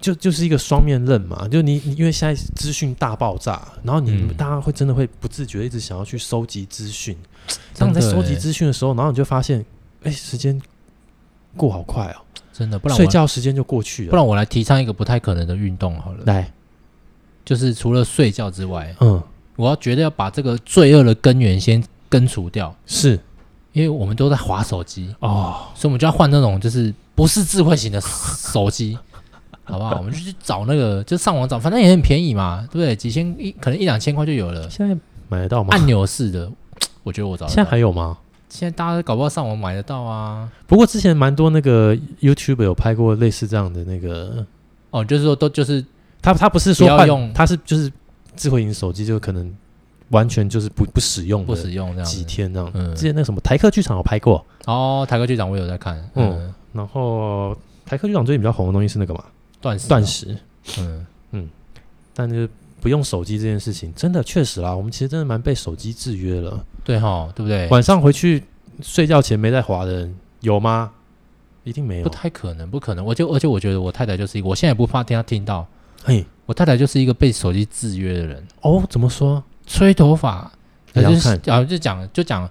[SPEAKER 2] 就就是一个双面刃嘛，就你你因为现在资讯大爆炸，然后你、
[SPEAKER 1] 嗯
[SPEAKER 2] 大家会真的会不自觉地一直想要去收集资讯，
[SPEAKER 1] 真
[SPEAKER 2] 当你在
[SPEAKER 1] 的
[SPEAKER 2] 收集
[SPEAKER 1] 欸
[SPEAKER 2] 资讯的时候，然后你就发现，哎、时间过好快哦，
[SPEAKER 1] 真的，不然我
[SPEAKER 2] 睡觉时间就过去了，
[SPEAKER 1] 不然我来提倡一个不太可能的运动好了，
[SPEAKER 2] 来，
[SPEAKER 1] 就是除了睡觉之外，
[SPEAKER 2] 嗯，
[SPEAKER 1] 我要觉得要把这个罪恶的根源先根除掉，
[SPEAKER 2] 是
[SPEAKER 1] 因为我们都在划手机，
[SPEAKER 2] 哦，
[SPEAKER 1] 所以我们就要换那种就是不是智慧型的手机， <laughs> 好不好？我们就去找那个，就上网找，反正也很便宜嘛，对不对？几千一可能一两千块就有了，
[SPEAKER 2] 现在买得到吗？
[SPEAKER 1] 按钮式的，我觉得我找得
[SPEAKER 2] 现在
[SPEAKER 1] 到。
[SPEAKER 2] 还有吗？
[SPEAKER 1] 现在大家搞不好上网买得到啊。
[SPEAKER 2] 不过之前蛮多那个 YouTube 有拍过类似这样的那个，
[SPEAKER 1] 哦，就是说都就是
[SPEAKER 2] 他他不是说
[SPEAKER 1] 不要
[SPEAKER 2] 换
[SPEAKER 1] 用
[SPEAKER 2] 他是就是智慧型手机就可能完全就是不不使用的
[SPEAKER 1] 不使用这样
[SPEAKER 2] 几
[SPEAKER 1] 子。
[SPEAKER 2] 天这样。
[SPEAKER 1] 嗯
[SPEAKER 2] 之前那个什么台客剧场有拍过，
[SPEAKER 1] 哦，台哥局长我有在看，
[SPEAKER 2] 嗯
[SPEAKER 1] 嗯，
[SPEAKER 2] 然后台客剧场最近比较红的东西是那个嘛
[SPEAKER 1] 断食
[SPEAKER 2] 断
[SPEAKER 1] 哦，
[SPEAKER 2] 食，
[SPEAKER 1] 嗯，
[SPEAKER 2] 但就是不用手机这件事情，真的确实啦，我们其实真的蛮被手机制约了。
[SPEAKER 1] 对哈，对不对？
[SPEAKER 2] 晚上回去睡觉前没在滑的人有吗？一定没
[SPEAKER 1] 不
[SPEAKER 2] 有。
[SPEAKER 1] 太可能，不可能。我就而且我觉得我太太就是一个，我现在也不怕听她听到，
[SPEAKER 2] 嘿，
[SPEAKER 1] 我太太就是一个被手机制约的人，
[SPEAKER 2] 哦，怎么说？
[SPEAKER 1] 吹头发，
[SPEAKER 2] 也要
[SPEAKER 1] 就是
[SPEAKER 2] 看
[SPEAKER 1] 啊就讲就讲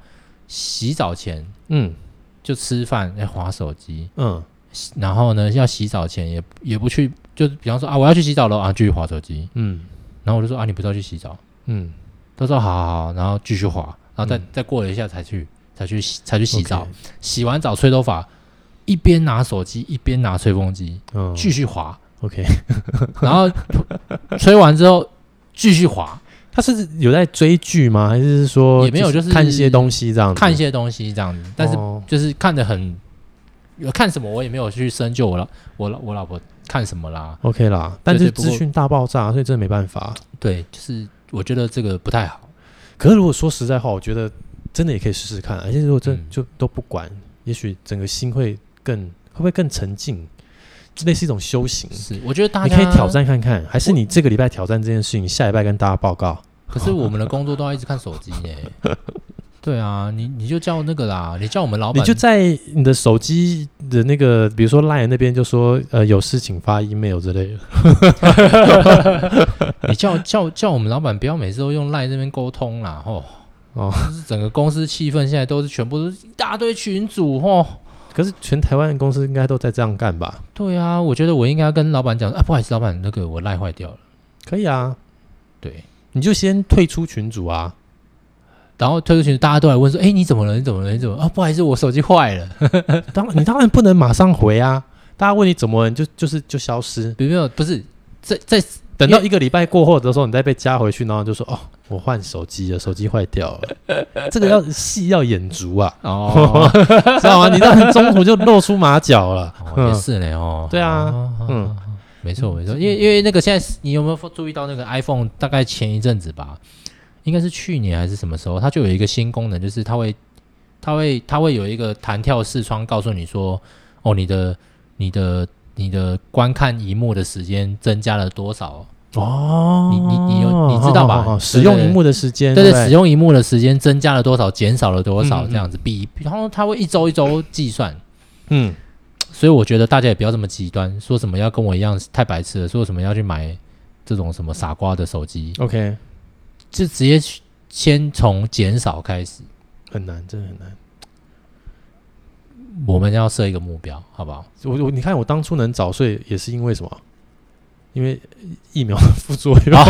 [SPEAKER 1] 洗澡前
[SPEAKER 2] 嗯
[SPEAKER 1] 就吃饭要划手机，
[SPEAKER 2] 嗯，
[SPEAKER 1] 然后呢要洗澡前也也不去，就是比方说啊我要去洗澡了啊继续划手机，
[SPEAKER 2] 嗯
[SPEAKER 1] 然后我就说啊你不是要去洗澡，
[SPEAKER 2] 嗯，
[SPEAKER 1] 她说好好好，然后继续划，然后再、
[SPEAKER 2] 嗯
[SPEAKER 1] 再过了一下才去才去洗才去洗澡
[SPEAKER 2] OK，
[SPEAKER 1] 洗完澡吹头发，一边拿手机一边拿吹风机
[SPEAKER 2] 嗯
[SPEAKER 1] 继续划。
[SPEAKER 2] ，OK。 <laughs>
[SPEAKER 1] 然后吹完之后继续滑，
[SPEAKER 2] 他是有在追剧吗？还是说
[SPEAKER 1] 也没有就是
[SPEAKER 2] 看一些东西这样子？
[SPEAKER 1] 看一些东西这样子，但是
[SPEAKER 2] 哦
[SPEAKER 1] 就是看的很，有看什么我也没有去深究我老我老我老婆看什么啦，
[SPEAKER 2] OK 啦，但是
[SPEAKER 1] 对不过
[SPEAKER 2] 资讯大爆炸，所以真的没办法。
[SPEAKER 1] 对，就是我觉得这个不太好，
[SPEAKER 2] 可是如果说实在话，我觉得真的也可以试试看，啊而且如果真的
[SPEAKER 1] 嗯
[SPEAKER 2] 就都不管，也许整个心会更会不会更沉静，类似一种修行。
[SPEAKER 1] 是我觉得大
[SPEAKER 2] 嗯你
[SPEAKER 1] 家
[SPEAKER 2] 可以挑，战看看，还是你这个礼拜挑战这件事情，下礼拜跟大家报告。
[SPEAKER 1] 可是我们的工作都要一直看手机
[SPEAKER 2] <laughs>
[SPEAKER 1] 耶、对啊，你你就叫那个啦，你叫我们老
[SPEAKER 2] 你
[SPEAKER 1] 板
[SPEAKER 2] 就在你的手机的那个，比如说 Line 那边就说，呃，有事请发 email 之类的。
[SPEAKER 1] 你叫叫叫我们老板不要每次都用赖这边沟通啦，吼。
[SPEAKER 2] 哦
[SPEAKER 1] 就是整个公司气氛现在都是全部都是一大堆群主吼，
[SPEAKER 2] 可是全台湾的公司应该都在这样干吧？
[SPEAKER 1] 对啊，我觉得我应该跟老板讲啊，不好意思，老板，那个我赖坏掉了。
[SPEAKER 2] 可以啊，
[SPEAKER 1] 对，
[SPEAKER 2] 你就先退出群组啊。
[SPEAKER 1] 然后退出群，大家都来问说：“哎，你怎么了？你怎么了？你怎么了？啊，不好意思，我手机坏 <laughs> 了。
[SPEAKER 2] 当然，你当然不能马上回啊。大家问你怎么了，你就就是就消失”，
[SPEAKER 1] 没有，不是，在在
[SPEAKER 2] 等到一个礼拜过后的时候，你再被加回去，然后就说哦，我换手机了，手机坏掉了。这个要戏要演足啊，
[SPEAKER 1] 哦，
[SPEAKER 2] 知道吗？你让人中途就露出马脚了。
[SPEAKER 1] <laughs> 哦也
[SPEAKER 2] 嗯，
[SPEAKER 1] 是嘞哦，
[SPEAKER 2] 对啊
[SPEAKER 1] 哦，
[SPEAKER 2] 嗯
[SPEAKER 1] 哦没错没错，因为因为那个现在你有没有注意到那个 iPhone 大概前一阵子吧，应该是去年还是什么时候，它就有一个新功能，就是它会它会它会有一个弹跳视窗告诉你说，哦，你的你的你的观看荧幕的时间增加了多少。
[SPEAKER 2] 哦
[SPEAKER 1] 你你你有你知道吧
[SPEAKER 2] 哦哦哦使用荧幕的时间，
[SPEAKER 1] 对
[SPEAKER 2] 对
[SPEAKER 1] 对，
[SPEAKER 2] 不对，
[SPEAKER 1] 使用荧幕的时间增加了多少，减少了多少，
[SPEAKER 2] 嗯嗯
[SPEAKER 1] 这样子比，然后它会一周一周计算，
[SPEAKER 2] 嗯，
[SPEAKER 1] 所以我觉得大家也不要这么极端，说什么要跟我一样太白痴了，说什么要去买这种什么傻瓜的手机，
[SPEAKER 2] OK，
[SPEAKER 1] 就直接去先从减少开始。
[SPEAKER 2] 很难，真的很难。
[SPEAKER 1] 我们要设一个目标，好
[SPEAKER 2] <laughs>
[SPEAKER 1] 不好？
[SPEAKER 2] 我我你看，我当初能早睡也是因为什么？因为疫苗的副作用。
[SPEAKER 1] 啊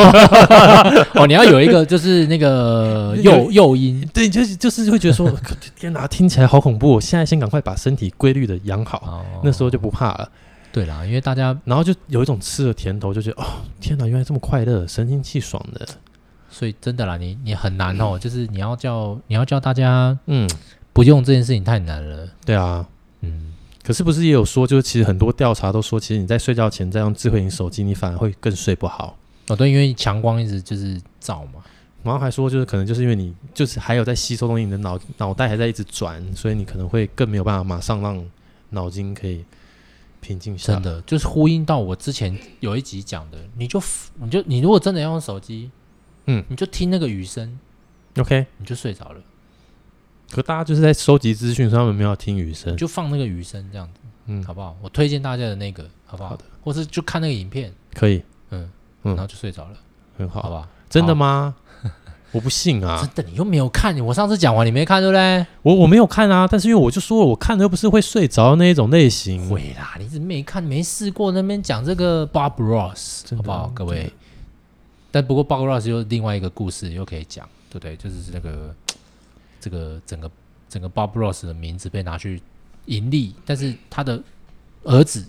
[SPEAKER 1] <laughs> 哦，你要有一个就是那个
[SPEAKER 2] <laughs>
[SPEAKER 1] 诱诱因
[SPEAKER 2] <laughs> 对，就是就是会觉得说，可天哪，听起来好恐怖！我现在先赶快把身体规律的养好，
[SPEAKER 1] 哦，
[SPEAKER 2] 那时候就不怕了。
[SPEAKER 1] 对啦，因为大家
[SPEAKER 2] 然后就有一种吃了甜头，就觉得哦，天哪，原来这么快乐，神清气爽的。
[SPEAKER 1] 所以真的啦，你你很难哦，就是你要叫你要叫大家
[SPEAKER 2] 嗯，
[SPEAKER 1] 不用这件事情太难了，
[SPEAKER 2] 对啊。
[SPEAKER 1] 嗯，
[SPEAKER 2] 可是不是也有说，就是其实很多调查都说，其实你在睡觉前再用智慧型手机，你反而会更睡不好。
[SPEAKER 1] 哦对，因为强光一直就是照嘛，
[SPEAKER 2] 然后还说，就是可能就是因为你就是还有在吸收东西，你的脑脑袋还在一直转，所以你可能会更没有办法马上让脑筋可以平静下
[SPEAKER 1] 真
[SPEAKER 2] 来。
[SPEAKER 1] 的就是呼应到我之前有一集讲的，你就 f- 你就你如果真的要用手机，
[SPEAKER 2] 嗯，
[SPEAKER 1] 你就听那个雨声，
[SPEAKER 2] OK，
[SPEAKER 1] 你就睡着了，
[SPEAKER 2] 可大家就是在收集资讯，所以他们没有要听雨声
[SPEAKER 1] 你。就放那个雨声这样子，
[SPEAKER 2] 嗯，
[SPEAKER 1] 好不好？我推荐大家的那个，好不好？
[SPEAKER 2] 好的
[SPEAKER 1] 或是就看那个影片，
[SPEAKER 2] 可以，
[SPEAKER 1] 嗯，
[SPEAKER 2] 嗯
[SPEAKER 1] 然后就睡着了，
[SPEAKER 2] 很好。
[SPEAKER 1] 好吧？
[SPEAKER 2] 真的吗？我不信
[SPEAKER 1] 好？
[SPEAKER 2] 啊，
[SPEAKER 1] <laughs> 真的，你又没有看，我上次讲完你没看对不对？
[SPEAKER 2] 我我没有看啊，但是因为我就说了，我看的又不是会睡着的那一种类型。
[SPEAKER 1] 会啦，你是没看没试过那边讲这个 Bob Ross，
[SPEAKER 2] 真
[SPEAKER 1] 好
[SPEAKER 2] 的啊
[SPEAKER 1] 不好，各
[SPEAKER 2] 真
[SPEAKER 1] 位
[SPEAKER 2] 的？
[SPEAKER 1] 但不过 Bob Ross 又另外一个故事又可以讲，对不对？就是那个这个整个整个 Bob Ross 的名字被拿去盈利，但是他的儿子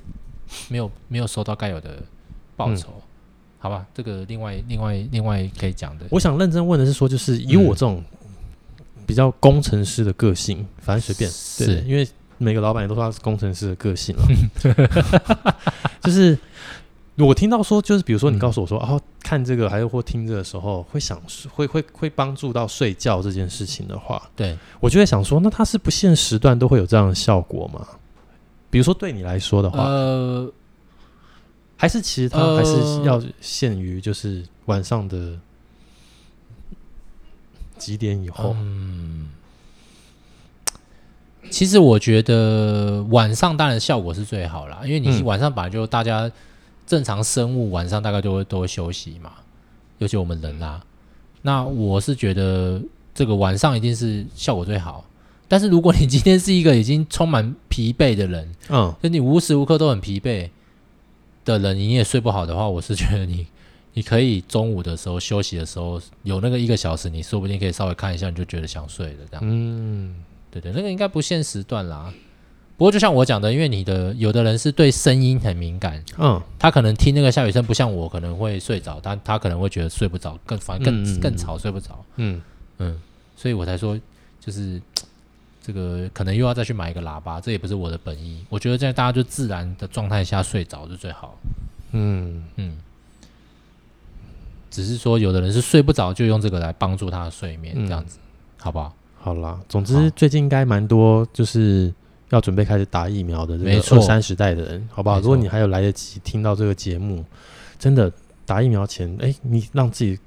[SPEAKER 1] 没有没有收到该有的报酬，
[SPEAKER 2] 嗯
[SPEAKER 1] 好吧？这个另外另外另外可以讲的，
[SPEAKER 2] 我想认真问的是说，就是以
[SPEAKER 1] 嗯
[SPEAKER 2] 我这种比较工程师的个性，反正随便，
[SPEAKER 1] 是
[SPEAKER 2] 对，因为每个老板也都说他是工程师的个性了，
[SPEAKER 1] <laughs>
[SPEAKER 2] <laughs> 就是。我听到说，就是比如说
[SPEAKER 1] 嗯
[SPEAKER 2] 你告诉我说，哦，看这个还有或听这个的时候，会想会会会帮助到睡觉这件事情的话，
[SPEAKER 1] 对，
[SPEAKER 2] 我就会想说，那它是不限时段都会有这样的效果吗？比如说对你来说的话，
[SPEAKER 1] 呃，
[SPEAKER 2] 还是其实它
[SPEAKER 1] 呃
[SPEAKER 2] 还是要限于就是晚上的几点以后？
[SPEAKER 1] 嗯，其实我觉得晚上当然效果是最好啦，因为你
[SPEAKER 2] 嗯
[SPEAKER 1] 晚上本来就大家正常生物晚上大概都会都会休息嘛，尤其我们人啦。那我是觉得这个晚上一定是效果最好，但是如果你今天是一个已经充满疲惫的人，
[SPEAKER 2] 嗯，
[SPEAKER 1] 就你无时无刻都很疲惫的人，你也睡不好的话，我是觉得你你可以中午的时候休息的时候有那个一个小时，你说不定可以稍微看一下，你就觉得想睡了这样。
[SPEAKER 2] 嗯，
[SPEAKER 1] 对对，那个应该不限时段啦。不过就像我讲的，因为你的有的人是对声音很敏感，
[SPEAKER 2] 嗯，
[SPEAKER 1] 他可能听那个下雨声不像我可能会睡着，但他可能会觉得睡不着，更烦更、
[SPEAKER 2] 嗯嗯嗯
[SPEAKER 1] 更吵睡不着。
[SPEAKER 2] 嗯，
[SPEAKER 1] 嗯，所以我才说，就是这个可能又要再去买一个喇叭，这也不是我的本意。我觉得在大家就自然的状态下睡着是最好。
[SPEAKER 2] 嗯，
[SPEAKER 1] 嗯，只是说有的人是睡不着，就用这个来帮助他的睡眠，
[SPEAKER 2] 嗯
[SPEAKER 1] 这样子，好不好？
[SPEAKER 2] 好啦，总
[SPEAKER 1] 好
[SPEAKER 2] 之最近应该蛮多，就是要准备开始打疫苗的这
[SPEAKER 1] 没
[SPEAKER 2] 个
[SPEAKER 1] 错
[SPEAKER 2] 二三十代的人，好不好？
[SPEAKER 1] 没错
[SPEAKER 2] 如果你还有来得及听到这个节目，真的打疫苗前，哎、你让自己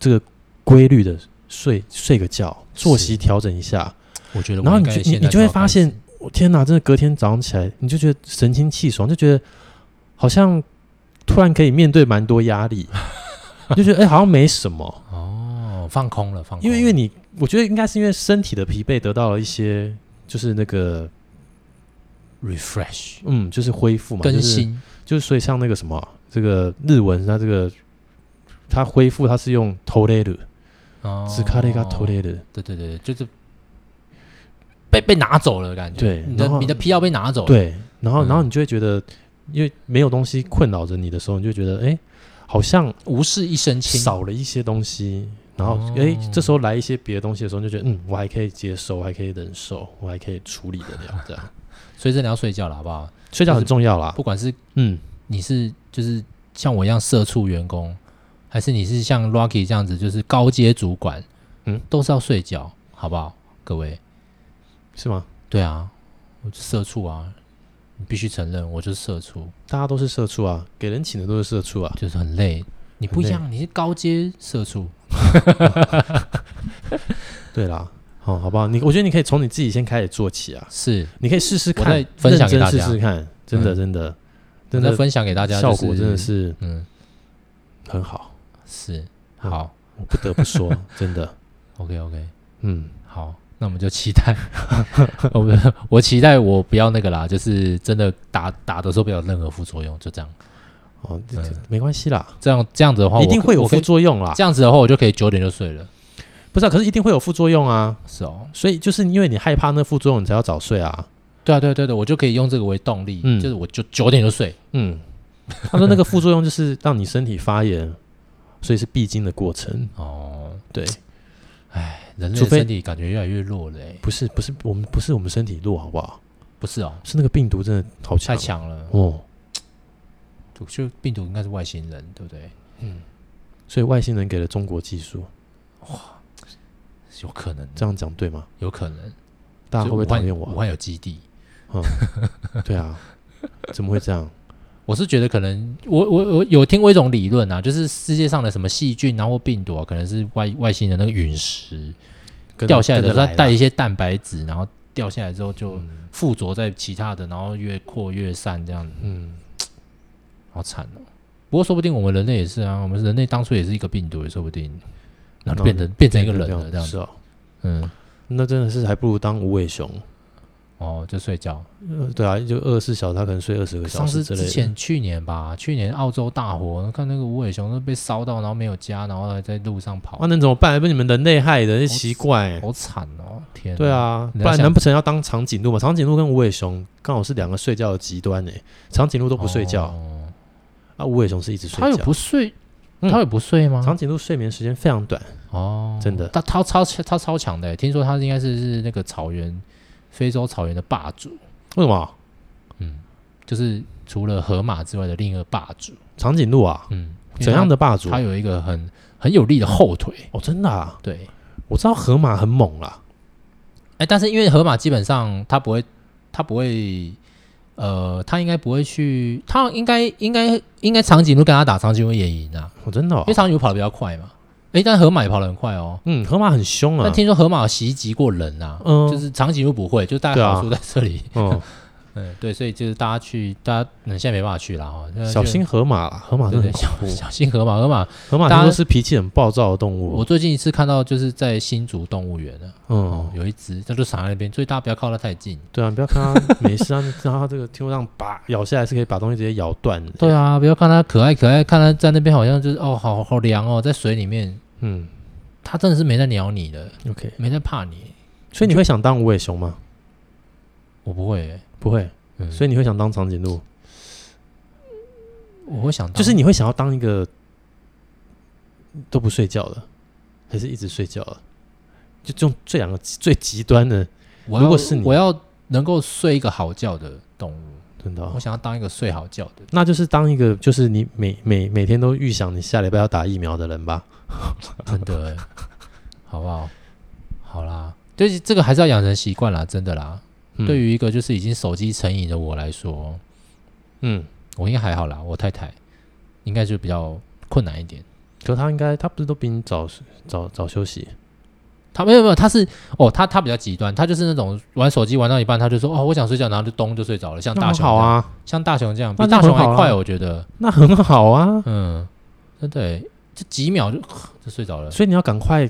[SPEAKER 2] 这个规律的睡睡个觉，作息调整一下，
[SPEAKER 1] 我觉得我
[SPEAKER 2] 然后
[SPEAKER 1] 应
[SPEAKER 2] 你
[SPEAKER 1] 该
[SPEAKER 2] 就
[SPEAKER 1] 现
[SPEAKER 2] 你
[SPEAKER 1] 在
[SPEAKER 2] 你就会
[SPEAKER 1] 要
[SPEAKER 2] 发
[SPEAKER 1] 开始
[SPEAKER 2] 现，我天哪！真的隔天早上起来，你就觉得神清气爽，就觉得好像突然可以面对蛮多压力，就觉得哎、好像没什么。
[SPEAKER 1] 哦，放空了，放空了
[SPEAKER 2] 因为因为你，我觉得应该是因为身体的疲惫得到了一些，就是那个
[SPEAKER 1] refresh
[SPEAKER 2] 嗯，就是恢复嘛，
[SPEAKER 1] 更
[SPEAKER 2] 就是
[SPEAKER 1] 新
[SPEAKER 2] 就是所以像那个什么，这个日文它这个它恢复它是用 t o l e r
[SPEAKER 1] 哦，
[SPEAKER 2] 只卡了一个 t o l e r
[SPEAKER 1] 对对对，就是被被拿走了的感觉。
[SPEAKER 2] 对
[SPEAKER 1] 你的
[SPEAKER 2] 然后
[SPEAKER 1] 你的批药被拿走了。，
[SPEAKER 2] 对，然后
[SPEAKER 1] 嗯
[SPEAKER 2] 然后你就会觉得，因为没有东西困扰着你的时候，你就觉得哎、诶好像
[SPEAKER 1] 无事一身轻。
[SPEAKER 2] 少了一些东西。然后，哎、
[SPEAKER 1] 哦
[SPEAKER 2] 这时候来一些别的东西的时候，你就觉得，嗯，我还可以接受，我还可以忍受，我还可以处理得了，这
[SPEAKER 1] <laughs>
[SPEAKER 2] 样。
[SPEAKER 1] 所以真的要睡觉了，好不好？
[SPEAKER 2] 睡觉很重要啦，
[SPEAKER 1] 不管是
[SPEAKER 2] 嗯，
[SPEAKER 1] 你是就是像我一样社畜员工，还是你是像 Rocky 这样子就是高阶主管，
[SPEAKER 2] 嗯，
[SPEAKER 1] 都是要睡觉，好不好？各位，
[SPEAKER 2] 是吗？
[SPEAKER 1] 对啊，我是社畜啊，你必须承认，我就是社畜，
[SPEAKER 2] 大家都是社畜啊，给人请的都是社畜啊，
[SPEAKER 1] 就是很累。你不一样，你是高阶社畜，
[SPEAKER 2] 对啦，哦，好不好？你我觉得你可以从你自己先开始做起啊，
[SPEAKER 1] 是
[SPEAKER 2] 你可以试试
[SPEAKER 1] 我
[SPEAKER 2] 看
[SPEAKER 1] 再，分享给
[SPEAKER 2] 认真
[SPEAKER 1] 大家
[SPEAKER 2] 试试看，真的
[SPEAKER 1] 嗯
[SPEAKER 2] 真的
[SPEAKER 1] 我
[SPEAKER 2] 真
[SPEAKER 1] 在
[SPEAKER 2] 的
[SPEAKER 1] 分享给大家、
[SPEAKER 2] 效
[SPEAKER 1] 就是，
[SPEAKER 2] 果真的是
[SPEAKER 1] 嗯，
[SPEAKER 2] 很好，
[SPEAKER 1] 是
[SPEAKER 2] 嗯
[SPEAKER 1] 好、
[SPEAKER 2] 我不得
[SPEAKER 1] <laughs>
[SPEAKER 2] 不说，真的，
[SPEAKER 1] o k OK，
[SPEAKER 2] 嗯，
[SPEAKER 1] 好，那我们就期待， <laughs> 我们我期待我不要那个啦，就是真的打打的时候不要有任何副作用，就这样。
[SPEAKER 2] 哦，这这
[SPEAKER 1] 嗯
[SPEAKER 2] 没关系啦，
[SPEAKER 1] 这样这样子的话，
[SPEAKER 2] 一定会有
[SPEAKER 1] 我可
[SPEAKER 2] 副
[SPEAKER 1] 以
[SPEAKER 2] 作用啦，
[SPEAKER 1] 这样子的话，我就可以九点就睡了。
[SPEAKER 2] 不是啊，可是一定会有副作用啊，
[SPEAKER 1] 是哦，
[SPEAKER 2] 所以就是因为你害怕那副作用，你才要早睡啊，
[SPEAKER 1] 对啊，对啊对啊对啊，我就可以用这个为动力，
[SPEAKER 2] 嗯
[SPEAKER 1] 就是我就九点就睡。
[SPEAKER 2] 嗯，他说那个副作用就是让你身体发炎，所以是必经的过程，
[SPEAKER 1] 哦，
[SPEAKER 2] 对，
[SPEAKER 1] 人类
[SPEAKER 2] 除
[SPEAKER 1] 的
[SPEAKER 2] 非
[SPEAKER 1] 身体感觉越来越弱了、欸，
[SPEAKER 2] 不是不是我们不是我们身体弱好不好？
[SPEAKER 1] 不是哦，
[SPEAKER 2] 是那个病毒真的好强
[SPEAKER 1] 太，强了。
[SPEAKER 2] 哦，
[SPEAKER 1] 我觉得病毒应该是外星人，对不对？
[SPEAKER 2] 所以外星人给了中国技术，
[SPEAKER 1] 有可能，
[SPEAKER 2] 这样讲对吗？
[SPEAKER 1] 有可能。
[SPEAKER 2] 大家会不会讨
[SPEAKER 1] 所
[SPEAKER 2] 厌
[SPEAKER 1] 以武汉武
[SPEAKER 2] 我
[SPEAKER 1] 汉有基地，
[SPEAKER 2] 啊？ <laughs> 对啊，怎么会这样？
[SPEAKER 1] 我是觉得可能，我我我有听过一种理论啊，就是世界上的什么细菌啊或病毒啊，可能是外外星人那个陨石
[SPEAKER 2] 跟着
[SPEAKER 1] 掉下来的
[SPEAKER 2] 跟
[SPEAKER 1] 时
[SPEAKER 2] 着
[SPEAKER 1] 候，
[SPEAKER 2] 来
[SPEAKER 1] 它
[SPEAKER 2] 啦
[SPEAKER 1] 带一些蛋白质，然后掉下来之后就
[SPEAKER 2] 嗯
[SPEAKER 1] 附着在其他的，然后越扩越散这样子。
[SPEAKER 2] 嗯，
[SPEAKER 1] 好惨哦。不过说不定我们人类也是啊，我们人类当初也是一个病毒，也说不定，然后就变成变成一个人了这样
[SPEAKER 2] 是
[SPEAKER 1] 子。
[SPEAKER 2] 哦，
[SPEAKER 1] 嗯，
[SPEAKER 2] 那真的是还不如当无尾熊。
[SPEAKER 1] 哦，就睡觉。
[SPEAKER 2] 呃，对啊，就二十四小时，他可能睡二十个小
[SPEAKER 1] 上
[SPEAKER 2] 时
[SPEAKER 1] 次
[SPEAKER 2] 之类
[SPEAKER 1] 之
[SPEAKER 2] 的。
[SPEAKER 1] 前去年吧，去年澳洲大火，看那个无尾熊都被烧到，然后没有家，然后还在路上跑
[SPEAKER 2] 啊，，能怎么办？还被你们人类害的，那奇怪。
[SPEAKER 1] 好惨哦！天，
[SPEAKER 2] 对，啊，
[SPEAKER 1] 你
[SPEAKER 2] 不
[SPEAKER 1] 要
[SPEAKER 2] 然
[SPEAKER 1] 想
[SPEAKER 2] 难不成要当长颈鹿吗？长颈鹿跟无尾熊刚好是两个睡觉的极端呢。欸长颈鹿都
[SPEAKER 1] 都
[SPEAKER 2] 不睡觉，啊，无尾熊是一直睡
[SPEAKER 1] 他有
[SPEAKER 2] 觉。
[SPEAKER 1] 哦不睡，
[SPEAKER 2] 嗯
[SPEAKER 1] 他有不睡吗？
[SPEAKER 2] 长颈鹿睡眠时间非常短，
[SPEAKER 1] 哦，
[SPEAKER 2] 真的
[SPEAKER 1] 他他超他超强的，欸听说他应该是是那个草原，非洲草原的霸主，
[SPEAKER 2] 为什么？
[SPEAKER 1] 嗯，就是除了河马之外的另一个霸主。
[SPEAKER 2] 长颈鹿啊，
[SPEAKER 1] 嗯，
[SPEAKER 2] 怎样
[SPEAKER 1] 的？
[SPEAKER 2] 的霸主？
[SPEAKER 1] 它有一个很很有力的后腿，
[SPEAKER 2] 哦，真的啊，
[SPEAKER 1] 对，
[SPEAKER 2] 我知道河马很猛啊啦，
[SPEAKER 1] 哎，但是因为河马基本上它不会，它不会，呃，它应该不会去，它应该应该应该长颈鹿跟它打，长颈鹿也赢啊，
[SPEAKER 2] 我、真的、哦
[SPEAKER 1] 因为，长颈鹿跑得比较快嘛，哎，但河马也跑得很快哦，
[SPEAKER 2] 嗯，河马很凶啊
[SPEAKER 1] 但，听说河马有袭击过人啊，
[SPEAKER 2] 嗯，
[SPEAKER 1] 就是长颈鹿不会，就大概
[SPEAKER 2] 对啊
[SPEAKER 1] 好处在这里， <laughs>
[SPEAKER 2] 嗯，
[SPEAKER 1] 嗯，对，所以就是大家去，大家嗯现在没办法去了哈，那就
[SPEAKER 2] 小心。河马啦，河马
[SPEAKER 1] 呃对
[SPEAKER 2] 真的
[SPEAKER 1] 对，
[SPEAKER 2] 很
[SPEAKER 1] 小
[SPEAKER 2] 恐怖，
[SPEAKER 1] <laughs> 小心河马，河马。
[SPEAKER 2] 河马
[SPEAKER 1] 大家
[SPEAKER 2] 听说是脾气很暴躁的动物
[SPEAKER 1] 我
[SPEAKER 2] 哦，
[SPEAKER 1] 最近一次看到就是在新竹动物园啊，哦，
[SPEAKER 2] 嗯，
[SPEAKER 1] 有一只，它就躺在那边，所以大家不要靠它太近。
[SPEAKER 2] 对啊，你不要看它没事啊，你看它这个听说上拔咬下来是可以把东西直接咬断的，
[SPEAKER 1] 对啊，不要看它可爱可爱，看它在那边好像就是哦，好好凉哦，在水里面，
[SPEAKER 2] 嗯
[SPEAKER 1] 它真的是没在鸟你的，
[SPEAKER 2] ，OK，
[SPEAKER 1] 没在怕你。
[SPEAKER 2] 所以你会想当无尾熊吗？
[SPEAKER 1] 我不会嗯欸、
[SPEAKER 2] 不会，
[SPEAKER 1] 嗯，
[SPEAKER 2] 所
[SPEAKER 1] 所以
[SPEAKER 2] 以你会想当长颈鹿，
[SPEAKER 1] 我会想到，
[SPEAKER 2] 就是你会想要当一个都不睡觉的，还是一直睡觉的？就这种最两个最极端的，
[SPEAKER 1] 我要
[SPEAKER 2] 如果是你
[SPEAKER 1] 我要能够睡一个好觉的动物，
[SPEAKER 2] 真的哦、
[SPEAKER 1] 我想要当一个睡好觉的。
[SPEAKER 2] 那就是当一个就是你每每每天都预想你下礼拜要打疫苗的人吧。
[SPEAKER 1] <laughs> 真的、欸，好不好？好啦，就是这个还是要养成习惯啦，真的啦。
[SPEAKER 2] 嗯
[SPEAKER 1] 对于一个就是已经手机成瘾的我来说，
[SPEAKER 2] 嗯，
[SPEAKER 1] 我应该还好啦。我太太应该就比较困难一点。
[SPEAKER 2] 可他应该他不是都比你早早早休息？
[SPEAKER 1] 她没有没有，她是哦，她她比较极端，她就是那种玩手机玩到一半，她就说哦，我想睡觉，然后就咚就睡着了，像
[SPEAKER 2] 那
[SPEAKER 1] 大
[SPEAKER 2] 很
[SPEAKER 1] 雄
[SPEAKER 2] 好
[SPEAKER 1] 这样，
[SPEAKER 2] 啊，
[SPEAKER 1] 像大雄这样，比
[SPEAKER 2] 那
[SPEAKER 1] 大
[SPEAKER 2] 就很
[SPEAKER 1] 雄还
[SPEAKER 2] 好啦啊
[SPEAKER 1] 快，我觉得，
[SPEAKER 2] 那很好啊。
[SPEAKER 1] 嗯，真的欸、就几秒就就睡
[SPEAKER 2] <laughs>
[SPEAKER 1] 着了。
[SPEAKER 2] 所以你要赶快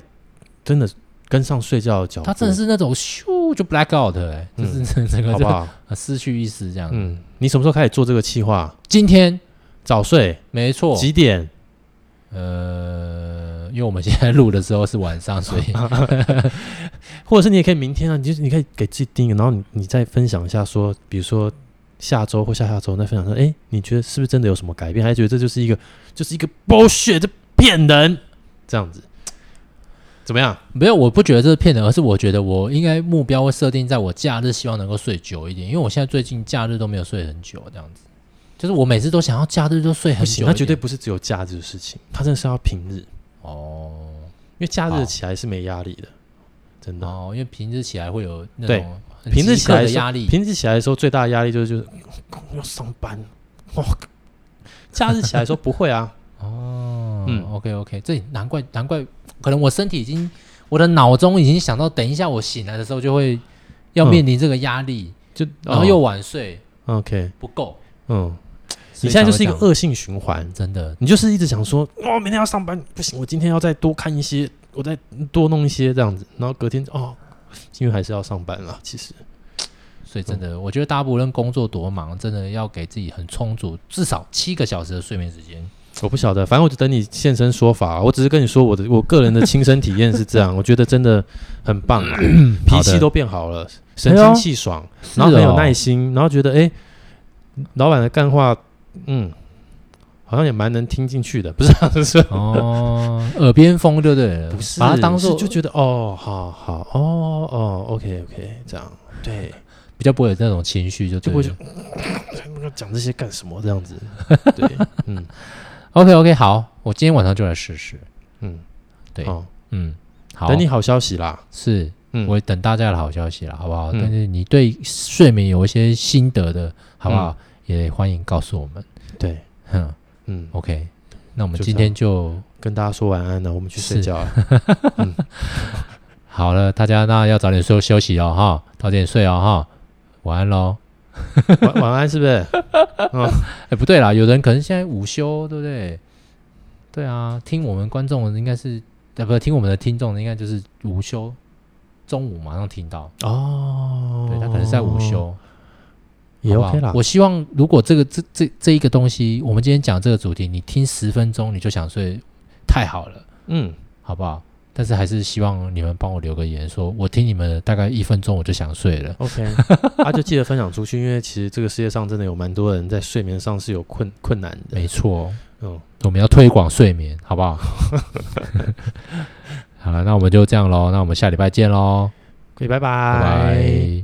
[SPEAKER 2] 真的跟上睡觉的脚步，
[SPEAKER 1] 她真的是那种咻就 black out 的、欸，就
[SPEAKER 2] 嗯
[SPEAKER 1] 是整整个
[SPEAKER 2] 好
[SPEAKER 1] 就 <laughs>
[SPEAKER 2] 不好？
[SPEAKER 1] 失去意识这样。
[SPEAKER 2] 嗯，你什么时候开始做这个计划？
[SPEAKER 1] 今天
[SPEAKER 2] 早睡
[SPEAKER 1] 没错，
[SPEAKER 2] 几点？
[SPEAKER 1] 呃，因为我们现在录的时候是晚上，
[SPEAKER 2] <laughs>
[SPEAKER 1] 所以
[SPEAKER 2] 或者是你也可以明天啊，你就是你可以给自己定一个，然后你你再分享一下说，比如说下周或下下周再分享说，哎，你觉得是不是真的有什么改变？还是觉得这就是一个就是一个 bullshit，这骗人这样子，怎么样？
[SPEAKER 1] 没有，我不觉得这是骗人，而是我觉得我应该目标会设定在我假日希望能够睡久一点，因为我现在最近假日都没有睡很久，这样子，就是我每次都想要假日就睡很
[SPEAKER 2] 不
[SPEAKER 1] 久一
[SPEAKER 2] 行，
[SPEAKER 1] 点，
[SPEAKER 2] 那绝对不是只有假日的事情，它真的是要平日，因
[SPEAKER 1] 哦
[SPEAKER 2] 为假
[SPEAKER 1] 好
[SPEAKER 2] 日起来是没压力的，真的。
[SPEAKER 1] 哦，因为平日起来会有那
[SPEAKER 2] 对
[SPEAKER 1] 种很
[SPEAKER 2] 平日
[SPEAKER 1] 饥
[SPEAKER 2] 起来
[SPEAKER 1] 渴
[SPEAKER 2] 的
[SPEAKER 1] 的
[SPEAKER 2] 时候
[SPEAKER 1] 压力，
[SPEAKER 2] 平日起来的时候最大的压力就是就是要上班，哇！假日起来的时候不会 <laughs> 啊，
[SPEAKER 1] 哦，嗯
[SPEAKER 2] 嗯
[SPEAKER 1] ，OK OK，这难怪难怪，可能我身体已经，我的脑中已经想到，等一下我醒来的时候就会要
[SPEAKER 2] 嗯
[SPEAKER 1] 面临这个压力，
[SPEAKER 2] 就
[SPEAKER 1] 然后又晚睡
[SPEAKER 2] 哦 OK，
[SPEAKER 1] 不够，
[SPEAKER 2] 嗯，
[SPEAKER 1] 所
[SPEAKER 2] 你
[SPEAKER 1] 以
[SPEAKER 2] 现在就是一
[SPEAKER 1] 才
[SPEAKER 2] 个
[SPEAKER 1] 会这样
[SPEAKER 2] 恶性循环，
[SPEAKER 1] 真的，
[SPEAKER 2] 你就是一直想说，哦，明天要上班，不行，我今天要再多看一些，我再多弄一些这样子，然后隔天哦，因为还是要上班啦，其实
[SPEAKER 1] 所以
[SPEAKER 2] 嗯
[SPEAKER 1] 真的，我觉得大家不论工作多忙，真的要给自己很充足，至少七个小时的睡眠时间。
[SPEAKER 2] 我不晓得，反正我就等你现身说法啊、我只是跟你说我的我个人的亲身体验是 <laughs> 这样，我觉得真的很棒 <coughs> 啊，脾气都变好了，神
[SPEAKER 1] 哎呦
[SPEAKER 2] 清气爽，然后很
[SPEAKER 1] 哦
[SPEAKER 2] 有耐心，然后觉得哎、诶老板的干话，嗯，好像也蛮能听进去的，不是、啊？就是
[SPEAKER 1] 哦，耳边风就对了，
[SPEAKER 2] 不是
[SPEAKER 1] 把它当
[SPEAKER 2] 是
[SPEAKER 1] 做
[SPEAKER 2] 就觉得哦，好好哦哦，OK OK，这样对，
[SPEAKER 1] 比较不会有那种情绪，就
[SPEAKER 2] 就
[SPEAKER 1] 对
[SPEAKER 2] 不
[SPEAKER 1] 了
[SPEAKER 2] 会。就讲这些干什么这样子，对，嗯
[SPEAKER 1] OK OK，好，我今天晚上就来试试。
[SPEAKER 2] 嗯，
[SPEAKER 1] 对，
[SPEAKER 2] 好，
[SPEAKER 1] 嗯，好，
[SPEAKER 2] 等你好消息啦，
[SPEAKER 1] 是。
[SPEAKER 2] 嗯，
[SPEAKER 1] 我等大家的好消息了，好不好？
[SPEAKER 2] 嗯
[SPEAKER 1] 但是你对睡眠有一些心得的，好不好？也欢迎告诉我们。
[SPEAKER 2] 嗯对，
[SPEAKER 1] 哼
[SPEAKER 2] 嗯，
[SPEAKER 1] ，OK，那我们
[SPEAKER 2] 就
[SPEAKER 1] 今
[SPEAKER 2] 这样
[SPEAKER 1] 天就
[SPEAKER 2] 跟大家说晚安了，我们去睡
[SPEAKER 1] 是
[SPEAKER 2] 觉了，啊
[SPEAKER 1] 好了，大家那要早点休休息哦，哈，早点睡哦，哈，晚安喽。
[SPEAKER 2] 晚 <laughs> 晚安是
[SPEAKER 1] <laughs>
[SPEAKER 2] 不是？
[SPEAKER 1] 哎，不对啦，有人可能现在午休，对不对？对啊，听我们观众的应该是，呃，不听我们的听众的应该就是午休，中午马上听到，
[SPEAKER 2] 哦，
[SPEAKER 1] 对他可能是在午休。
[SPEAKER 2] 也
[SPEAKER 1] 好不好
[SPEAKER 2] OK 啦，
[SPEAKER 1] 我希望如果这个这这这一个东西，我们今天讲这个主题，你听十分钟你就想睡，太好了，
[SPEAKER 2] 嗯。
[SPEAKER 1] 好不好？但是还是希望你们帮我留个言说，我听你们的大概一分钟我就想睡了。 <laughs>
[SPEAKER 2] OK，啊，就记得分享出去，因为其实这个世界上真的有蛮多人在睡眠上是有困困难的。
[SPEAKER 1] 没错，
[SPEAKER 2] 嗯，
[SPEAKER 1] 我们要推广睡眠，好不好？好了，那我们就这样喽，那我们下礼拜见喽，
[SPEAKER 2] 可以，拜拜
[SPEAKER 1] 拜拜。